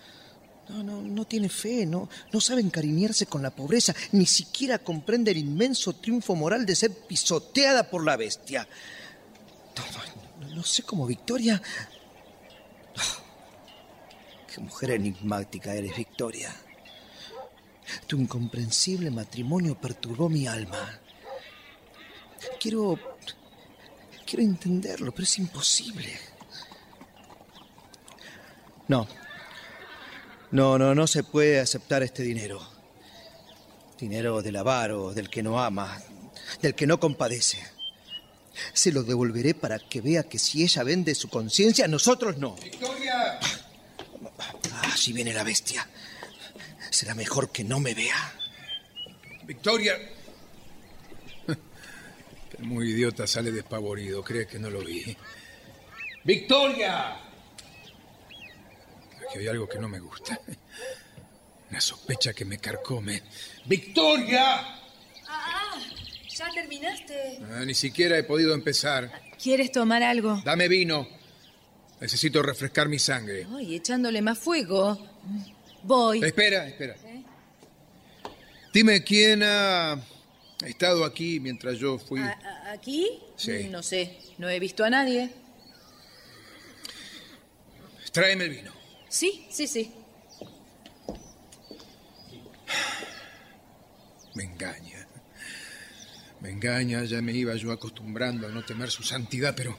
[SPEAKER 6] No, no, no tiene fe, no, no sabe encariñarse con la pobreza, ni siquiera comprende el inmenso triunfo moral de ser pisoteada por la bestia. No, no, no sé cómo Victoria. Oh, Qué mujer enigmática eres, Victoria. Tu incomprensible matrimonio perturbó mi alma. Quiero. Quiero entenderlo, pero es imposible. No. No, no, no se puede aceptar este dinero. Dinero del avaro, del que no ama, del que no compadece. Se lo devolveré para que vea que si ella vende su conciencia, nosotros no.
[SPEAKER 10] ¡Victoria!
[SPEAKER 6] Allí viene la bestia. Será mejor que no me vea.
[SPEAKER 10] Victoria. Muy idiota sale despavorido. Cree que no lo vi. ¡Victoria! Aquí hay algo que no me gusta. Una sospecha que me carcome. ¡Victoria!
[SPEAKER 15] Ah, ya terminaste.
[SPEAKER 10] Ah, ni siquiera he podido empezar.
[SPEAKER 15] ¿Quieres tomar algo?
[SPEAKER 10] Dame vino. Necesito refrescar mi sangre.
[SPEAKER 15] Ay, echándole más fuego. Voy.
[SPEAKER 10] Espera, espera. Dime quién ha estado aquí mientras yo fui.
[SPEAKER 15] ¿A- a- ¿Aquí? Mm,
[SPEAKER 10] Sí.
[SPEAKER 15] No sé, no he visto a nadie.
[SPEAKER 10] Tráeme el vino.
[SPEAKER 15] Sí, sí, sí.
[SPEAKER 10] Me engaña. Me engaña, ya me iba yo acostumbrando a no temer su santidad, pero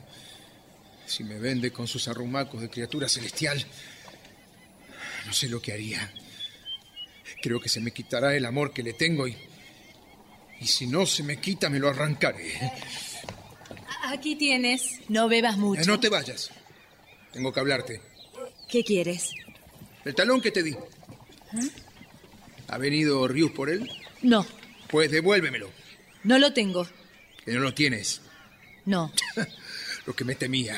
[SPEAKER 10] si me vende con sus arrumacos de criatura celestial, no sé lo que haría. Creo que se me quitará el amor que le tengo y, y si no se me quita, me lo arrancaré.
[SPEAKER 15] A- Aquí tienes. No bebas mucho.
[SPEAKER 10] Eh, No te vayas. Tengo que hablarte.
[SPEAKER 15] ¿Qué quieres?
[SPEAKER 10] El talón que te di. ¿Ha venido Rius por él?
[SPEAKER 15] No,
[SPEAKER 10] Pues devuélvemelo,
[SPEAKER 15] no lo tengo.
[SPEAKER 10] que no lo tienes.
[SPEAKER 15] No.
[SPEAKER 10] Lo que me temía.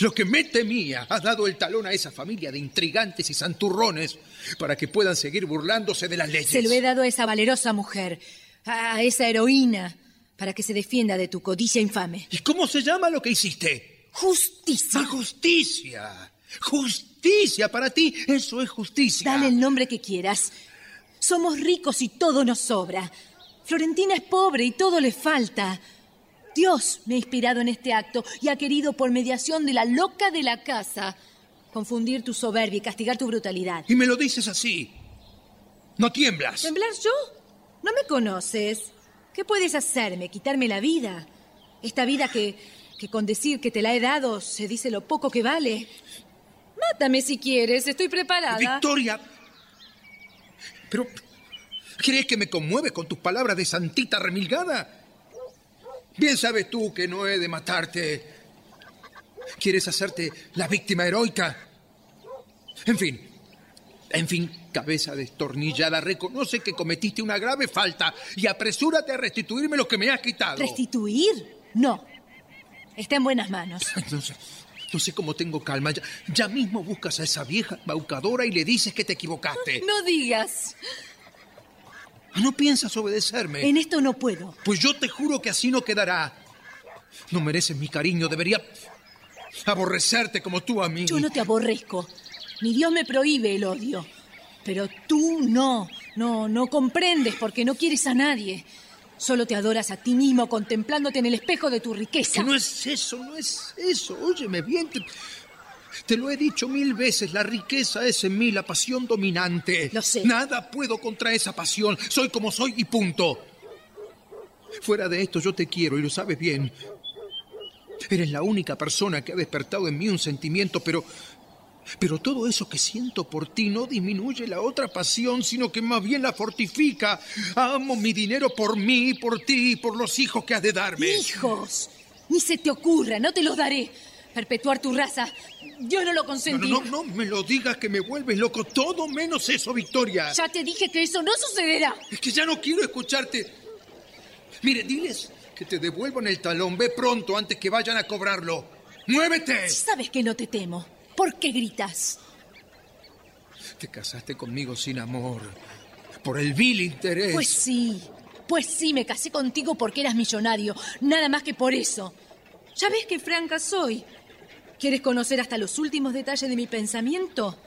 [SPEAKER 10] Lo que me temía. Has dado el talón a esa familia de intrigantes y santurrones para que puedan seguir burlándose de las leyes.
[SPEAKER 15] Se lo he dado a esa valerosa mujer, a esa heroína, para que se defienda de tu codicia infame.
[SPEAKER 10] ¿Y cómo se llama lo que hiciste?
[SPEAKER 15] Justicia.
[SPEAKER 10] justicia. Justicia para ti. Eso es justicia.
[SPEAKER 15] Dale el nombre que quieras. Somos ricos y todo nos sobra. Florentina es pobre y todo le falta. Dios me ha inspirado en este acto y ha querido, por mediación de la loca de la casa, confundir tu soberbia y castigar tu brutalidad.
[SPEAKER 10] Y me lo dices así. No tiemblas.
[SPEAKER 15] ¿Temblar yo? ¿No me conoces? ¿Qué puedes hacerme? ¿Quitarme la vida? Esta vida que, que con decir que te la he dado se dice lo poco que vale. Mátame si quieres, estoy preparada.
[SPEAKER 10] Victoria. Pero. ¿Crees que me conmueve con tus palabras de santita remilgada? Bien sabes tú que no he de matarte. ¿Quieres hacerte la víctima heroica? En fin. En fin, cabeza destornillada, reconoce que cometiste una grave falta y apresúrate a restituirme lo que me has quitado.
[SPEAKER 15] ¿Restituir? No. Está en buenas manos.
[SPEAKER 10] Entonces, No sé cómo tengo calma. Ya, ya mismo buscas a esa vieja baucadora y le dices que te equivocaste. Ah,
[SPEAKER 15] No digas.
[SPEAKER 10] No piensas obedecerme.
[SPEAKER 15] En esto no puedo.
[SPEAKER 10] Pues yo te juro que así no quedará. No mereces mi cariño. Debería aborrecerte como tú a mí.
[SPEAKER 15] Yo no te aborrezco. Mi Dios me prohíbe el odio. Pero tú no. No, no comprendes porque no quieres a nadie. Solo te adoras a ti mismo contemplándote en el espejo de tu riqueza.
[SPEAKER 10] Que no es eso, no es eso. Óyeme bien. Te, te lo he dicho mil veces. La riqueza es en mí la pasión dominante.
[SPEAKER 15] Lo sé.
[SPEAKER 10] Nada puedo contra esa pasión. Soy como soy y punto. Fuera de esto, yo te quiero y lo sabes bien. Eres la única persona que ha despertado en mí un sentimiento, pero. Pero todo eso que siento por ti no disminuye la otra pasión, sino que más bien la fortifica. Amo mi dinero por mí, por ti y por los hijos que has de darme.
[SPEAKER 15] ¡Hijos! Ni se te ocurra, no te los daré. Perpetuar tu raza. Dios no lo
[SPEAKER 10] No,
[SPEAKER 15] consentirá.
[SPEAKER 10] no, no, no me lo digas que me vuelves loco. Todo menos eso, Victoria.
[SPEAKER 15] Ya te dije que eso no sucederá.
[SPEAKER 10] Es que ya no quiero escucharte. Mire, diles que te devuelvan el talón. Ve pronto antes que vayan a cobrarlo. ¡Muévete!
[SPEAKER 15] Sabes que no te temo. ¿Por qué gritas?
[SPEAKER 10] Te casaste conmigo sin amor. Por el vil interés.
[SPEAKER 15] Pues sí, pues sí, me casé contigo porque eras millonario, nada más que por eso. Ya ves que franca soy. ¿Quieres conocer hasta los últimos detalles de mi pensamiento?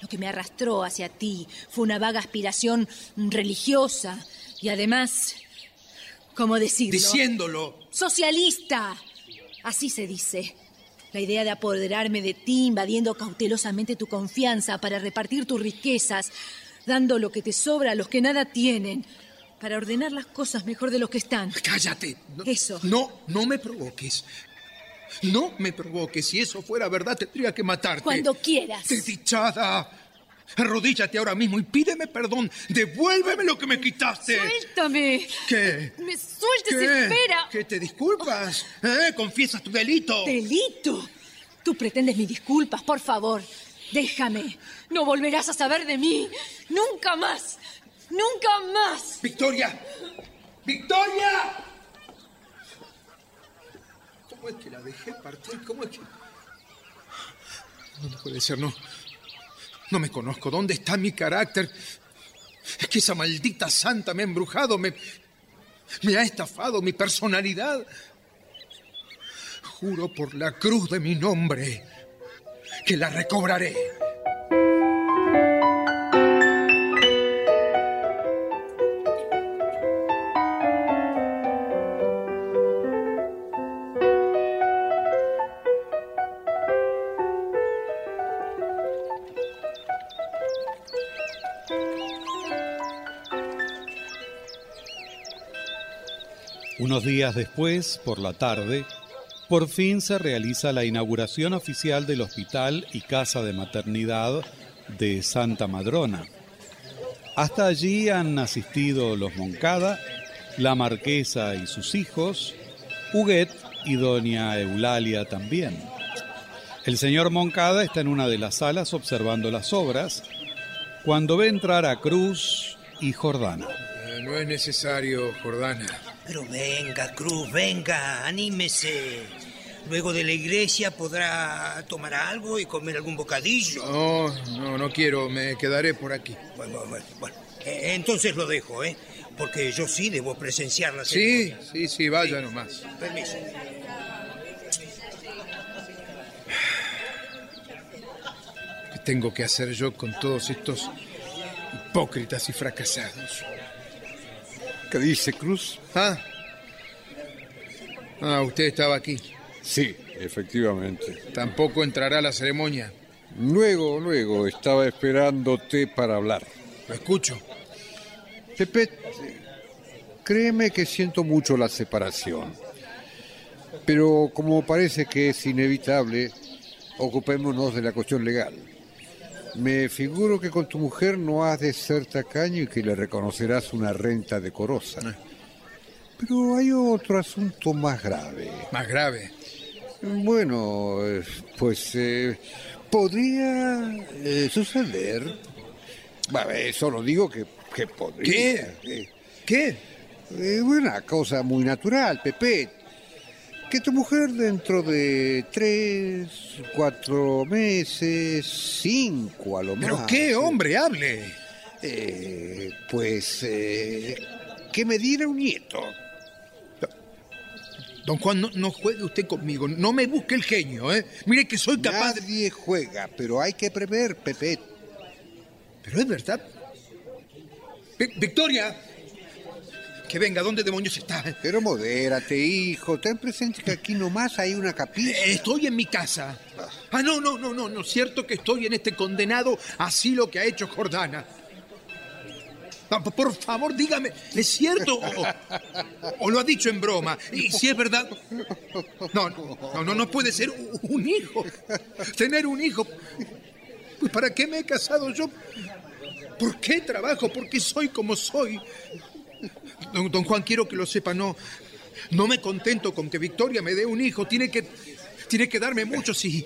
[SPEAKER 15] Lo que me arrastró hacia ti fue una vaga aspiración religiosa y además, ¿cómo decirlo?
[SPEAKER 10] Diciéndolo.
[SPEAKER 15] Socialista. Así se dice. La idea de apoderarme de ti, invadiendo cautelosamente tu confianza para repartir tus riquezas, dando lo que te sobra a los que nada tienen, para ordenar las cosas mejor de los que están.
[SPEAKER 10] Cállate. No,
[SPEAKER 15] Eso.
[SPEAKER 10] No, no me provoques. No me provoques. Si eso fuera verdad, tendría que matarte.
[SPEAKER 15] Cuando quieras.
[SPEAKER 10] Desdichada. Arrodíllate ahora mismo y pídeme perdón. Devuélveme lo que me quitaste.
[SPEAKER 15] ¡Suéltame!
[SPEAKER 10] ¿Qué?
[SPEAKER 15] ¡Me sueltes!
[SPEAKER 10] ¿Qué?
[SPEAKER 15] ¡Espera!
[SPEAKER 10] ¿Que te disculpas? ¿Eh? ¿Confiesas tu delito?
[SPEAKER 15] ¡Delito! Tú pretendes mis disculpas, por favor. Déjame. No volverás a saber de mí. Nunca más. Nunca más.
[SPEAKER 10] ¡Victoria! ¡Victoria! ¿Cómo es que la dejé partir? ¿Cómo es que...? No, no puede ser, no. No me conozco. ¿Dónde está mi carácter? Es que esa maldita santa me ha embrujado, me... Me ha estafado mi personalidad. Juro por la cruz de mi nombre que la recobraré.
[SPEAKER 3] Unos días después, por la tarde, por fin se realiza la inauguración oficial del Hospital y Casa de Maternidad de Santa Madrona. Hasta allí han asistido los Moncada, la Marquesa y sus hijos, Huguet y doña Eulalia también. El señor Moncada está en una de las salas observando las obras cuando ve entrar a Cruz y Jordana.
[SPEAKER 18] Eh, no es necesario, Jordana.
[SPEAKER 6] Pero venga, Cruz, venga, anímese. Luego de la iglesia podrá tomar algo y comer algún bocadillo.
[SPEAKER 18] No, no, no quiero. Me quedaré por aquí.
[SPEAKER 6] Bueno, bueno, bueno. Eh, entonces lo dejo, ¿eh? Porque yo sí debo presenciar la
[SPEAKER 18] Sí, sí, sí, vaya nomás.
[SPEAKER 6] ceremonia. Permiso.
[SPEAKER 18] ¿Qué tengo que hacer yo con todos estos hipócritas y fracasados?
[SPEAKER 1] ¿Qué dice Cruz?
[SPEAKER 18] Ah. Ah, usted estaba aquí.
[SPEAKER 1] Sí, efectivamente.
[SPEAKER 18] Tampoco entrará a la ceremonia.
[SPEAKER 1] Luego, luego, estaba esperándote para hablar.
[SPEAKER 18] Lo escucho.
[SPEAKER 1] Pepe, créeme que siento mucho la separación. Pero como parece que es inevitable, ocupémonos de la cuestión legal. Me figuro que con tu mujer no has de ser tacaño y que le reconocerás una renta decorosa. Pero hay otro asunto más grave.
[SPEAKER 18] Más grave.
[SPEAKER 1] Bueno, eh, pues eh, podría eh, suceder. Bueno, eh, solo digo que, que Eh, podría. ¿Qué? ¿Qué? una cosa muy natural, Pepe. que tu mujer dentro de tres, cuatro meses, cinco a lo más.
[SPEAKER 10] ¿Pero qué hombre hable?
[SPEAKER 1] eh, pues eh, que me diera un nieto.
[SPEAKER 10] Don Juan, no, no juegue usted conmigo. No me busque el genio, ¿eh? Mire que soy capaz de...
[SPEAKER 1] Nadie juega, pero hay que prever, Pepe.
[SPEAKER 10] Pero es verdad. Vi- Victoria. Que venga, ¿dónde demonios está?
[SPEAKER 1] Pero modérate, hijo. Ten presente que aquí nomás hay una capilla.
[SPEAKER 10] Estoy en mi casa. Ah, no, no, no, no, no. Cierto que estoy en este condenado asilo que ha hecho Jordana. Ah, p- Por favor, dígame, ¿es cierto o, o lo ha dicho en broma? Y si es verdad... No, no, no, no puede ser u- un hijo. Tener un hijo. Pues ¿para qué me he casado yo? ¿Por qué trabajo? ¿Por qué soy como soy? Don, don Juan, quiero que lo sepa, no. No me contento con que Victoria me dé un hijo. Tiene que, tiene que darme muchos y.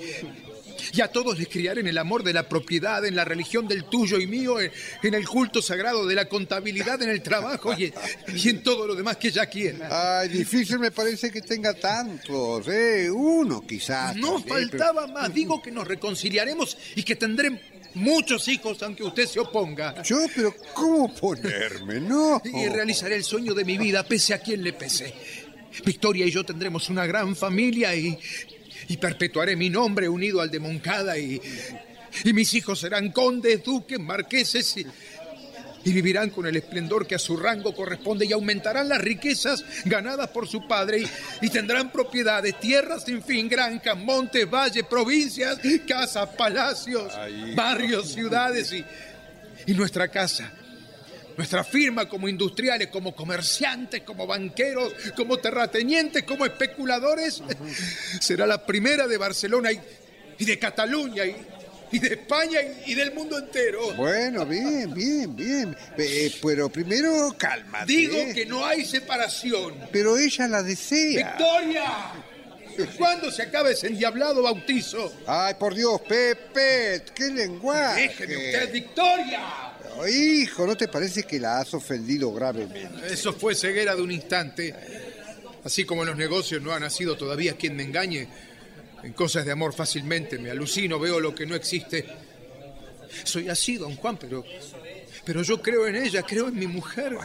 [SPEAKER 10] Y a todos les criar en el amor de la propiedad, en la religión del tuyo y mío, en, en el culto sagrado de la contabilidad, en el trabajo y, en- y en todo lo demás que ella quiera.
[SPEAKER 1] Ay, difícil me parece que tenga tantos, ¿eh? Uno quizás.
[SPEAKER 10] Pues No
[SPEAKER 1] tal vez, pero-
[SPEAKER 10] faltaba más. Digo que nos reconciliaremos y que tendré muchos hijos aunque usted se oponga.
[SPEAKER 1] Yo, pero ¿cómo ponerme? No.
[SPEAKER 10] Y realizaré el sueño de mi vida, pese a quien le pese. Victoria y yo tendremos una gran familia y, y perpetuaré mi nombre unido al de Moncada y, y mis hijos serán condes, duques, marqueses y, y vivirán con el esplendor que a su rango corresponde y aumentarán las riquezas ganadas por su padre y, y tendrán propiedades, tierras sin fin, granjas, montes, valles, provincias, casas, palacios, barrios, ciudades y, y nuestra casa. Nuestra firma como industriales, como comerciantes, como banqueros, como terratenientes, como especuladores, será la primera de Barcelona y, y de Cataluña y, y de España y, y del mundo entero.
[SPEAKER 1] Bueno, bien, bien, bien. Eh, pero primero calma.
[SPEAKER 10] Digo que no hay separación.
[SPEAKER 1] Pero ella la desea.
[SPEAKER 10] ¡Victoria! ¿Cuándo se acaba ese endiablado bautizo?
[SPEAKER 1] Ay, por Dios, Pepe, qué lenguaje.
[SPEAKER 10] Déjeme usted, Victoria.
[SPEAKER 1] Oh, Hijo, ¿no te parece que la has ofendido gravemente?
[SPEAKER 10] Eso fue ceguera de un instante. Así como en los negocios no ha nacido todavía quien me engañe, en cosas de amor fácilmente me alucino, veo lo que no existe. Soy así, don Juan, pero, pero yo creo en ella, creo en mi mujer.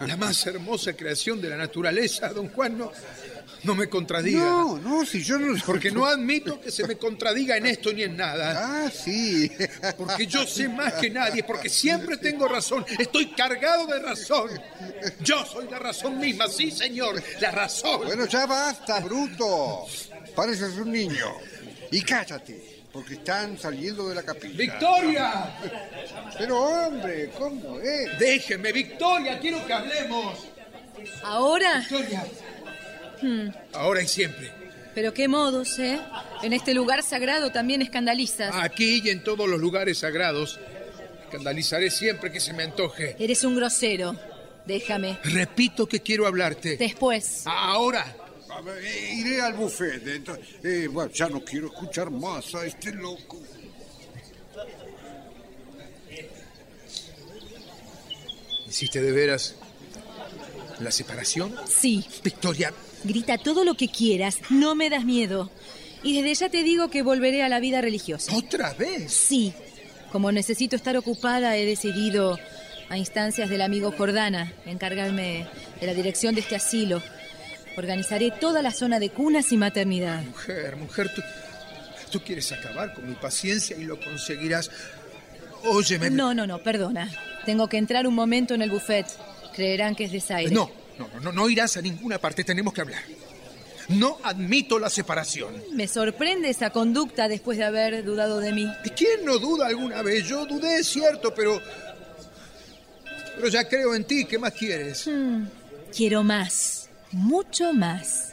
[SPEAKER 10] La más hermosa creación de la naturaleza, don Juan, no, no me contradiga.
[SPEAKER 1] No, no, si yo no...
[SPEAKER 10] Porque no admito que se me contradiga en esto ni en nada.
[SPEAKER 1] Ah, sí.
[SPEAKER 10] Porque yo sé más que nadie, porque siempre tengo razón. Estoy cargado de razón. Yo soy la razón misma, sí, señor, la razón.
[SPEAKER 1] Ah, Bueno, ya basta, bruto. Pareces un niño. Y cállate, porque están saliendo de la capilla.
[SPEAKER 10] ¡Victoria!
[SPEAKER 1] Pero hombre, ¿cómo es?
[SPEAKER 10] Déjeme, Victoria, quiero que hablemos.
[SPEAKER 19] ¿Ahora?
[SPEAKER 15] Hmm,
[SPEAKER 10] Ahora y siempre.
[SPEAKER 15] Pero qué modos, ¿eh? En este lugar sagrado también escandalizas.
[SPEAKER 10] Aquí y en todos los lugares sagrados. Escandalizaré siempre que se me antoje.
[SPEAKER 15] Eres un grosero. Déjame.
[SPEAKER 10] Repito que quiero hablarte.
[SPEAKER 15] Después.
[SPEAKER 10] Ahora.
[SPEAKER 1] Eh, Iré al buffet. entonces- eh, bueno, ya no quiero escuchar más a este loco.
[SPEAKER 10] ¿Hiciste de veras la separación?
[SPEAKER 15] Sí.
[SPEAKER 10] Victoria,
[SPEAKER 15] Grita todo lo que quieras. No me das miedo. Y desde ya te digo que volveré a la vida religiosa.
[SPEAKER 10] ¿Otra vez?
[SPEAKER 15] Sí. Como necesito estar ocupada, he decidido, a instancias del amigo Jordana, encargarme de la dirección de este asilo. Organizaré toda la zona de cunas y maternidad.
[SPEAKER 10] Mujer, mujer, tú, tú quieres acabar con mi paciencia y lo conseguirás. Óyeme.
[SPEAKER 15] No, no, no, perdona. Tengo que entrar un momento en el buffet. Creerán que es desaire.
[SPEAKER 10] No, no, no, no, no irás a ninguna parte, tenemos que hablar. No admito la separación.
[SPEAKER 15] Me sorprende esa conducta después de haber dudado de mí.
[SPEAKER 10] ¿Quién no duda alguna vez? Yo dudé, es cierto, pero. Pero ya creo en ti, ¿qué más quieres?
[SPEAKER 15] Hmm, Quiero más, mucho más.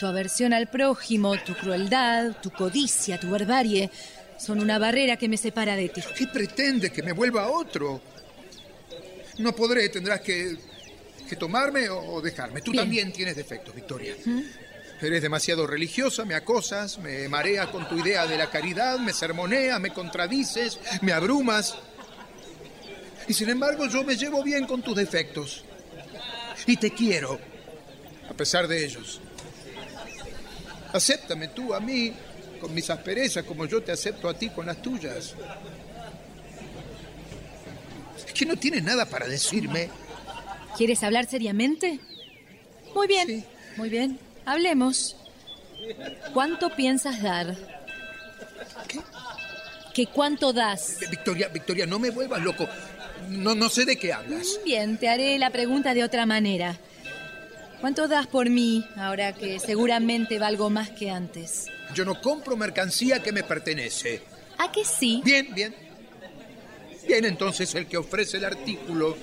[SPEAKER 15] Tu aversión al prójimo, tu crueldad, tu codicia, tu barbarie, son una barrera que me separa de ti.
[SPEAKER 10] ¿Qué pretendes que me vuelva otro? No podré, tendrás que, que tomarme o, o dejarme. Tú
[SPEAKER 15] Bien.
[SPEAKER 10] también tienes defectos, Victoria. Eres demasiado religiosa, me acosas, me mareas con tu idea de la caridad, me sermoneas, me contradices, me abrumas. Y sin embargo yo me llevo bien con tus defectos. Y te quiero, a pesar de ellos. Acéptame tú a mí con mis asperezas como yo te acepto a ti con las tuyas. Es que no tienes nada para decirme.
[SPEAKER 15] ¿Quieres hablar seriamente? Muy bien, muy bien. Hablemos. ¿Cuánto piensas dar?
[SPEAKER 10] ¿Qué?
[SPEAKER 15] ¿Que cuánto das?
[SPEAKER 10] Victoria, Victoria, no me vuelvas loco. No, no sé de qué hablas.
[SPEAKER 15] Mm, Bien, te haré la pregunta de otra manera. ¿Cuánto das por mí ahora que seguramente valgo más que antes?
[SPEAKER 10] Yo no compro mercancía que me pertenece.
[SPEAKER 15] ¿A que sí?
[SPEAKER 10] Bien, bien. Bien, entonces el que ofrece el artículo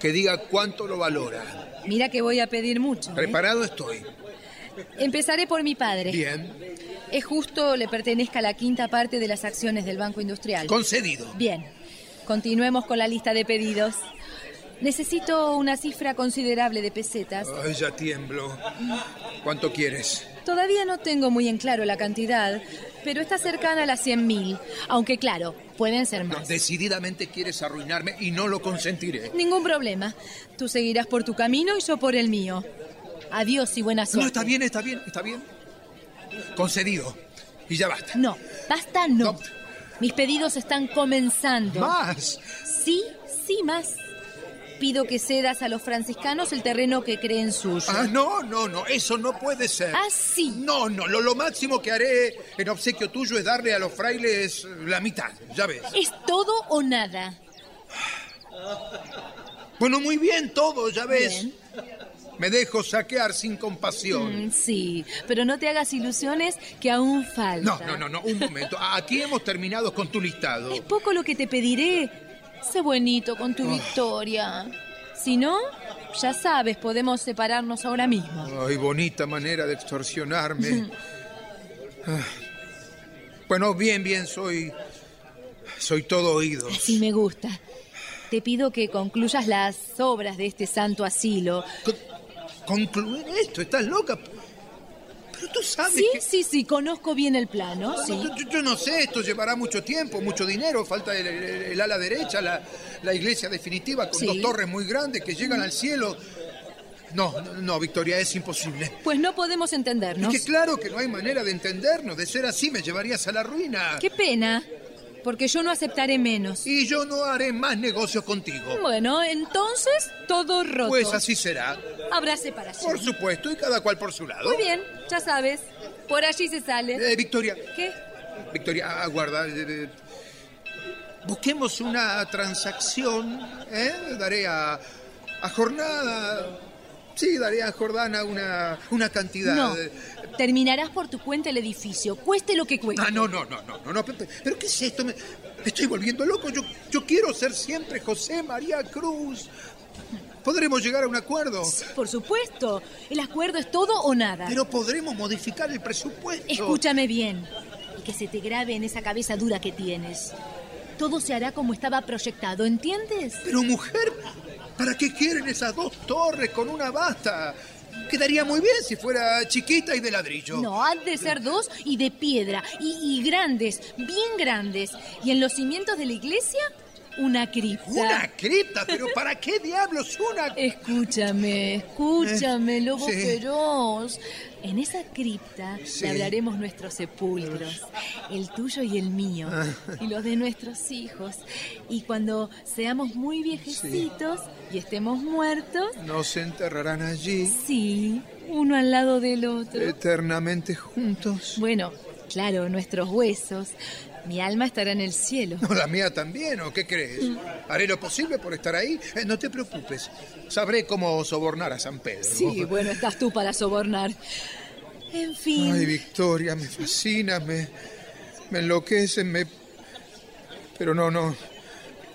[SPEAKER 10] que diga cuánto lo valora.
[SPEAKER 15] Mira que voy a pedir mucho. ¿eh?
[SPEAKER 10] Preparado estoy.
[SPEAKER 15] Empezaré por mi padre.
[SPEAKER 10] Bien,
[SPEAKER 15] Es justo le pertenezca la quinta parte de las acciones del Banco Industrial.
[SPEAKER 10] concedido.
[SPEAKER 15] Bien, continuemos con la lista de pedidos. Necesito una cifra considerable de pesetas.
[SPEAKER 10] Ay, ya tiemblo. ¿Cuánto quieres?
[SPEAKER 15] Todavía no tengo muy en claro la cantidad, pero está cercana a las 100.000. Aunque claro, pueden ser más.
[SPEAKER 10] No, decididamente quieres arruinarme y no lo consentiré.
[SPEAKER 15] Ningún problema. Tú seguirás por tu camino y yo por el mío. Adiós y buena suerte.
[SPEAKER 10] No, está bien, está bien, está bien. Concedido. Y ya basta.
[SPEAKER 15] No, basta no. Mis pedidos están comenzando.
[SPEAKER 10] ¿Más?
[SPEAKER 15] Sí, sí, más. Pido que cedas a los franciscanos el terreno que creen suyo.
[SPEAKER 10] Ah, no, no, no, eso no puede ser.
[SPEAKER 15] Ah, sí.
[SPEAKER 10] No, no, lo, lo máximo que haré en obsequio tuyo es darle a los frailes eh, la mitad, ya ves.
[SPEAKER 15] Es todo o nada.
[SPEAKER 10] Bueno, muy bien todo, ya ves.
[SPEAKER 15] Bien.
[SPEAKER 10] Me dejo saquear sin compasión.
[SPEAKER 15] Mm, sí, pero no te hagas ilusiones que aún falta.
[SPEAKER 10] No, no, no, no, un momento. Ah, Aquí hemos terminado con tu listado.
[SPEAKER 15] Es poco lo que te pediré. Sé buenito con tu
[SPEAKER 10] Ah.
[SPEAKER 15] victoria. Si no, ya sabes, podemos separarnos ahora mismo.
[SPEAKER 10] Ay, bonita manera de
[SPEAKER 15] Mm.
[SPEAKER 10] extorsionarme. Ah. Bueno, bien, bien, soy. Soy todo oído.
[SPEAKER 15] Así me gusta. Te pido que concluyas las obras de este santo asilo.
[SPEAKER 10] ¿Concluir esto? ¿Estás loca? Pero tú sabes
[SPEAKER 15] Sí,
[SPEAKER 10] que.
[SPEAKER 15] sí, sí, conozco bien el plano,
[SPEAKER 10] No,
[SPEAKER 15] sí.
[SPEAKER 10] Yo, yo no sé, esto llevará mucho tiempo, mucho dinero. Falta el, el- el ala derecha, la, la iglesia definitiva con
[SPEAKER 15] Sí.
[SPEAKER 10] dos torres muy grandes que llegan al cielo. No, no, no, Victoria, es imposible.
[SPEAKER 15] Pues no podemos entendernos.
[SPEAKER 10] Es que claro que no hay manera de entendernos. De ser así me llevarías a la ruina.
[SPEAKER 15] Qué pena, porque yo no aceptaré menos.
[SPEAKER 10] Y yo no haré más negocios contigo.
[SPEAKER 15] Bueno, entonces todo roto.
[SPEAKER 10] Pues así será.
[SPEAKER 15] Habrá separación.
[SPEAKER 10] Por supuesto, y cada cual por su lado.
[SPEAKER 15] Muy bien, ya sabes. Por allí se sale.
[SPEAKER 10] Eh, Victoria,
[SPEAKER 15] ¿Qué?
[SPEAKER 10] Victoria, aguarda. eh, eh, busquemos una transacción. ¿eh? Daré a, a Jornada. Sí, daré a Jordana una, una cantidad.
[SPEAKER 15] No, terminarás por tu cuenta el edificio, cueste lo que cueste.
[SPEAKER 10] Ah, no, no, no, no, no, no, Pepe, pero ¿qué es esto? Me, me estoy volviendo loco. Yo, yo quiero ser siempre José María Cruz. ¿Podremos llegar a un acuerdo?
[SPEAKER 15] Por supuesto, el acuerdo es todo o nada.
[SPEAKER 10] Pero podremos modificar el presupuesto.
[SPEAKER 15] Escúchame bien y que se te grabe en esa cabeza dura que tienes. Todo se hará como estaba proyectado, ¿entiendes?
[SPEAKER 10] Pero mujer, ¿para qué quieren esas dos torres con una basta? Quedaría muy bien si fuera chiquita y de ladrillo.
[SPEAKER 15] No, han de ser dos y de piedra, y, y grandes, bien grandes. Y en los cimientos de la iglesia, una cripta.
[SPEAKER 10] Una cripta, pero ¿para qué diablos una? Eh,
[SPEAKER 15] Escúchame, escúchame, lobo
[SPEAKER 10] sí.
[SPEAKER 15] feroz. En esa cripta
[SPEAKER 10] Sí.
[SPEAKER 15] le hablaremos nuestros sepulcros, el tuyo y el mío,
[SPEAKER 10] Ah.
[SPEAKER 15] y los de nuestros hijos. Y cuando seamos muy viejecitos y estemos muertos,
[SPEAKER 10] Nos enterrarán allí
[SPEAKER 15] sí, uno al lado del otro.
[SPEAKER 10] eternamente juntos.
[SPEAKER 15] Bueno, claro, nuestros huesos. Mi alma estará en el cielo.
[SPEAKER 10] No, la mía también, ¿o qué crees?
[SPEAKER 15] Mm.
[SPEAKER 10] Haré lo posible por estar ahí. Eh, no te preocupes. Sabré cómo sobornar a San Pedro.
[SPEAKER 15] Sí, bueno, estás tú para sobornar. En fin.
[SPEAKER 10] Ay, Victoria, me fascina, me, me enloquece, me. Pero no, no.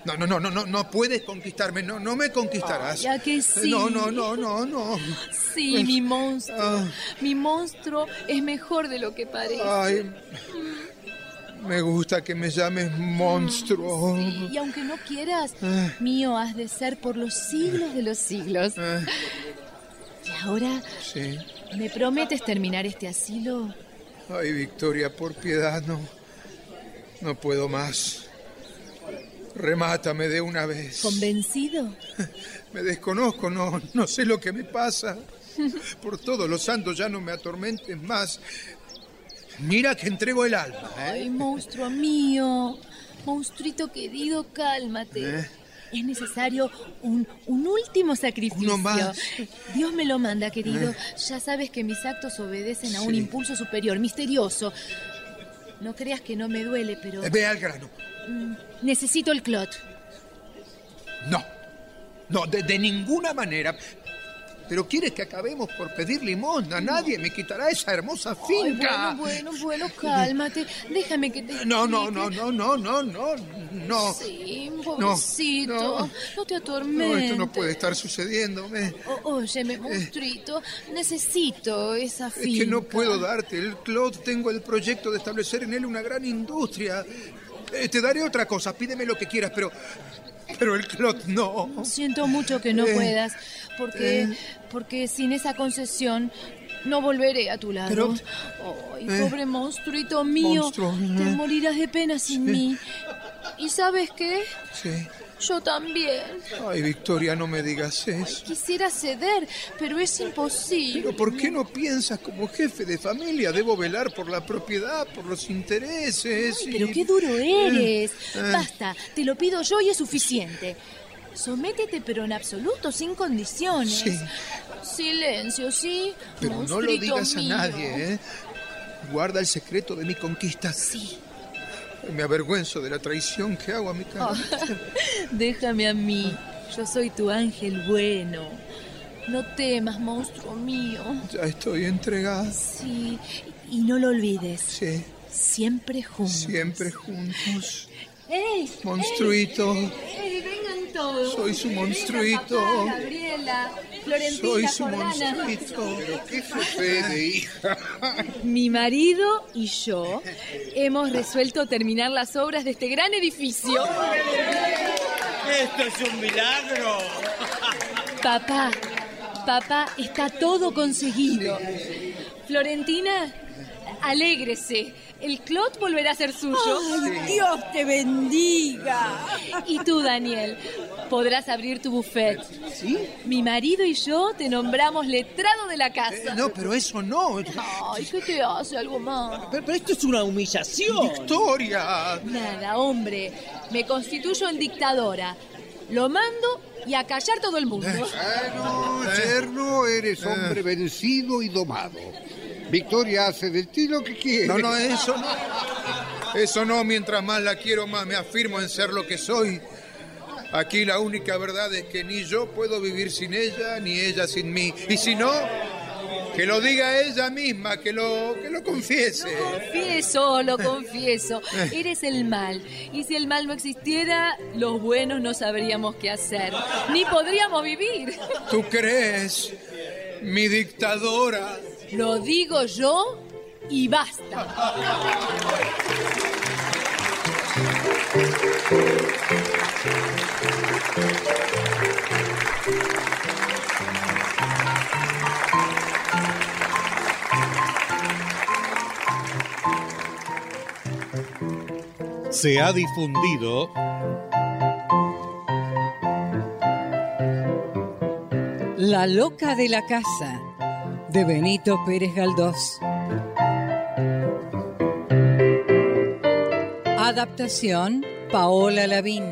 [SPEAKER 10] No, no, no, no, no, no puedes conquistarme, no, no me conquistarás.
[SPEAKER 15] Ay, ¿a que sí?
[SPEAKER 10] No, no, no, no, no. Pues,
[SPEAKER 15] Sí, mi monstruo.
[SPEAKER 10] Ah.
[SPEAKER 15] Mi monstruo es mejor de lo que parece.
[SPEAKER 10] Ay,
[SPEAKER 15] Mm.
[SPEAKER 10] me gusta que me llames monstruo.
[SPEAKER 15] Y aunque no quieras,
[SPEAKER 10] Ah.
[SPEAKER 15] mío has de ser por los siglos de los siglos.
[SPEAKER 10] Ah.
[SPEAKER 15] Y ahora,
[SPEAKER 10] Sí.
[SPEAKER 15] ¿me prometes terminar este asilo?
[SPEAKER 10] Ay, Victoria, por piedad, no. No puedo más. Remátame de una vez.
[SPEAKER 15] ¿Convencido?
[SPEAKER 10] Me desconozco, no, no sé lo que me pasa. Por todos los santos ya no me atormentes más. Mira que entrego el alma. ¿eh?
[SPEAKER 15] Ay, monstruo mío. Monstruito querido, cálmate.
[SPEAKER 10] ¿Eh?
[SPEAKER 15] Es necesario un, un último sacrificio.
[SPEAKER 10] Uno más.
[SPEAKER 15] Dios me lo manda, querido.
[SPEAKER 10] Eh.
[SPEAKER 15] Ya sabes que mis actos obedecen a un
[SPEAKER 10] Sí.
[SPEAKER 15] impulso superior, misterioso. No creas que no me duele, pero...
[SPEAKER 10] Eh, Ve al grano.
[SPEAKER 15] Mm, Necesito el clot.
[SPEAKER 10] No. No, de, de ninguna manera. Pero quieres que acabemos por pedir limosna. Nadie me quitará esa hermosa
[SPEAKER 15] Ay,
[SPEAKER 10] finca.
[SPEAKER 15] bueno, bueno, bueno, cálmate. Déjame que te...
[SPEAKER 10] No, no,
[SPEAKER 15] explique.
[SPEAKER 10] no, no, no, no, no, no.
[SPEAKER 15] Sí, pobrecito. No,
[SPEAKER 10] no.
[SPEAKER 15] te
[SPEAKER 10] No,
[SPEAKER 15] atormentes.
[SPEAKER 10] esto no puede estar sucediendo. ve.
[SPEAKER 15] O- óyeme, monstruito, necesito esa
[SPEAKER 10] Es
[SPEAKER 15] finca.
[SPEAKER 10] que no puedo darte el Claude. Tengo el proyecto de establecer en él una gran industria. Eh, te daré otra cosa. Pídeme lo que quieras, pero. Pero el Claude no.
[SPEAKER 15] Siento mucho que no
[SPEAKER 10] Eh,
[SPEAKER 15] puedas, porque,
[SPEAKER 10] eh.
[SPEAKER 15] porque sin esa concesión no volveré a tu lado.
[SPEAKER 10] Pero-
[SPEAKER 15] Ay,
[SPEAKER 10] eh.
[SPEAKER 15] pobre monstruito mío,
[SPEAKER 10] Monstruo,
[SPEAKER 15] te
[SPEAKER 10] eh.
[SPEAKER 15] morirás de pena sin mí. ¿Y sabes qué?
[SPEAKER 10] Sí.
[SPEAKER 15] Yo también.
[SPEAKER 10] Ay, Victoria, no me digas eso.
[SPEAKER 15] Quisiera ceder, pero es imposible.
[SPEAKER 10] Pero ¿por qué no piensas como jefe de familia? Debo velar por la propiedad, por los intereses.
[SPEAKER 15] Ay,
[SPEAKER 10] y-
[SPEAKER 15] pero qué duro eres.
[SPEAKER 10] Eh, eh.
[SPEAKER 15] Basta, te lo pido yo y es suficiente. Sométete, pero en absoluto, sin condiciones.
[SPEAKER 10] Sí.
[SPEAKER 15] Silencio, ¿sí?
[SPEAKER 10] Pero no lo
[SPEAKER 15] Monstruito
[SPEAKER 10] digas a
[SPEAKER 15] mío.
[SPEAKER 10] nadie, ¿eh? Guarda el secreto de mi conquista.
[SPEAKER 15] Sí.
[SPEAKER 10] Me avergüenzo de la traición que hago a mi
[SPEAKER 15] Ah,
[SPEAKER 10] casa.
[SPEAKER 15] déjame a mí. Yo soy tu ángel bueno. No temas, monstruo mío.
[SPEAKER 10] Ya estoy entregada.
[SPEAKER 15] Sí, y no lo olvides.
[SPEAKER 10] Sí.
[SPEAKER 15] Siempre juntos.
[SPEAKER 10] Siempre juntos.
[SPEAKER 15] ¡Ey!
[SPEAKER 10] Monstruito.
[SPEAKER 15] Eh, ¡Ey, vengan todos!
[SPEAKER 10] Soy su
[SPEAKER 15] Venga,
[SPEAKER 10] monstruito.
[SPEAKER 15] papá, Gabriela, Florentina,
[SPEAKER 10] Soy su
[SPEAKER 15] Jordana.
[SPEAKER 10] monstruito.
[SPEAKER 1] Pero qué fe de hija.
[SPEAKER 15] Mi marido y yo hemos resuelto terminar las obras de este gran edificio.
[SPEAKER 6] ¡Esto es un milagro!
[SPEAKER 15] Papá, papá, está todo conseguido. Florentina, alégrese. El Clot volverá a ser suyo.
[SPEAKER 2] Ay, Dios
[SPEAKER 15] te bendiga! Y tú, Daniel, podrás abrir tu buffet. ¿Sí? Mi marido y yo te nombramos letrado de la
[SPEAKER 6] Eh,
[SPEAKER 15] casa.
[SPEAKER 10] Eh, No, pero eso no.
[SPEAKER 15] Ay, ¿qué te hace algo más?
[SPEAKER 10] Pero, esto es una humillación. Victoria.
[SPEAKER 15] Nada, hombre. Me constituyo en dictadora. Lo mando y a callar todo el mundo.
[SPEAKER 10] Eh.
[SPEAKER 1] Yerno, eres hombre vencido y domado. Victoria hace de ti lo que quiere.
[SPEAKER 10] No, no, eso no. Eso no, mientras más la quiero, más me afirmo en ser lo que soy. Aquí la única verdad es que ni yo puedo vivir sin ella, ni ella sin mí. Y si no, que lo diga ella misma, que lo, que lo confiese.
[SPEAKER 15] Confieso, lo confieso. Eres el mal. Y si el mal no existiera, los buenos no sabríamos qué hacer. Ni podríamos vivir.
[SPEAKER 10] ¿Tú crees? Mi dictadora.
[SPEAKER 15] Lo digo yo y basta.
[SPEAKER 3] Se ha difundido
[SPEAKER 20] La loca de la casa, de Benito Pérez Galdós. Adaptación, Paola Lavín.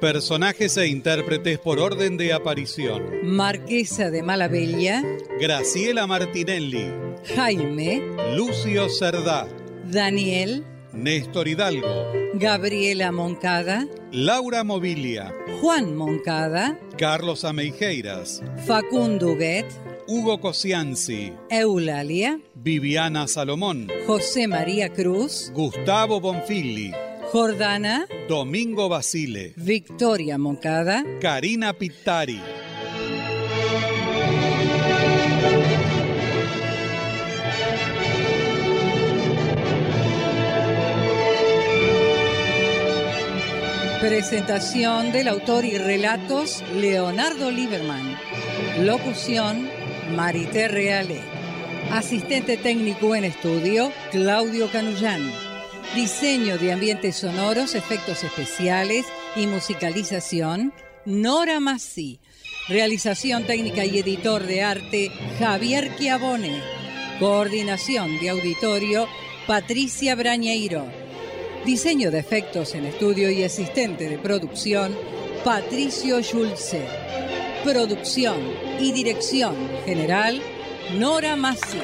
[SPEAKER 3] personajes e intérpretes por orden de aparición.
[SPEAKER 20] Marquesa de Malabella,
[SPEAKER 3] Graciela Martinelli,
[SPEAKER 20] Jaime,
[SPEAKER 3] Lucio Cerdá,
[SPEAKER 20] Daniel,
[SPEAKER 3] Néstor Hidalgo,
[SPEAKER 20] Gabriela Moncada,
[SPEAKER 3] Laura Movilia,
[SPEAKER 20] Juan Moncada,
[SPEAKER 3] Carlos Ameijeiras,
[SPEAKER 20] Facundo Guet,
[SPEAKER 3] Hugo Cosianzi,
[SPEAKER 20] Eulalia,
[SPEAKER 3] Viviana Salomón,
[SPEAKER 20] José María Cruz,
[SPEAKER 3] Gustavo Bonfigli,
[SPEAKER 20] Jordana,
[SPEAKER 3] Domingo Basile,
[SPEAKER 20] Victoria Moncada,
[SPEAKER 3] Karina Pittari.
[SPEAKER 20] Presentación del autor y relatos Leonardo Lieberman. Locución Marité Reale. Asistente técnico en estudio Claudio Canullán. Diseño de ambientes sonoros, efectos especiales y musicalización Nora Massi. Realización técnica y editor de arte Javier Chiavone. Coordinación de auditorio Patricia Brañeiro. Diseño de efectos en estudio y asistente de producción Patricio Schulze. Producción y dirección general Nora Massi.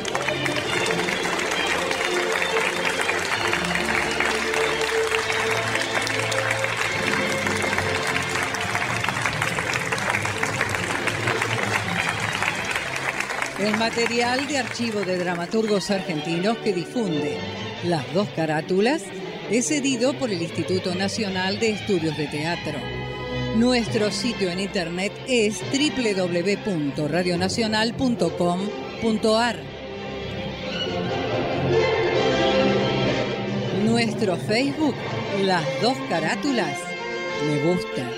[SPEAKER 20] El material de archivo de dramaturgos argentinos que difunde las dos carátulas es cedido por el Instituto Nacional de Estudios de Teatro. Nuestro sitio en internet es www.radionacional.com.ar. Nuestro Facebook, las dos carátulas, me gusta.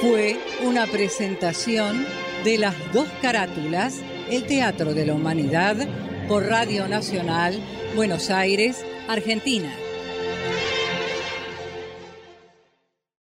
[SPEAKER 20] Fue una presentación de las dos carátulas, el Teatro de la Humanidad, por Radio Nacional, Buenos Aires, Argentina.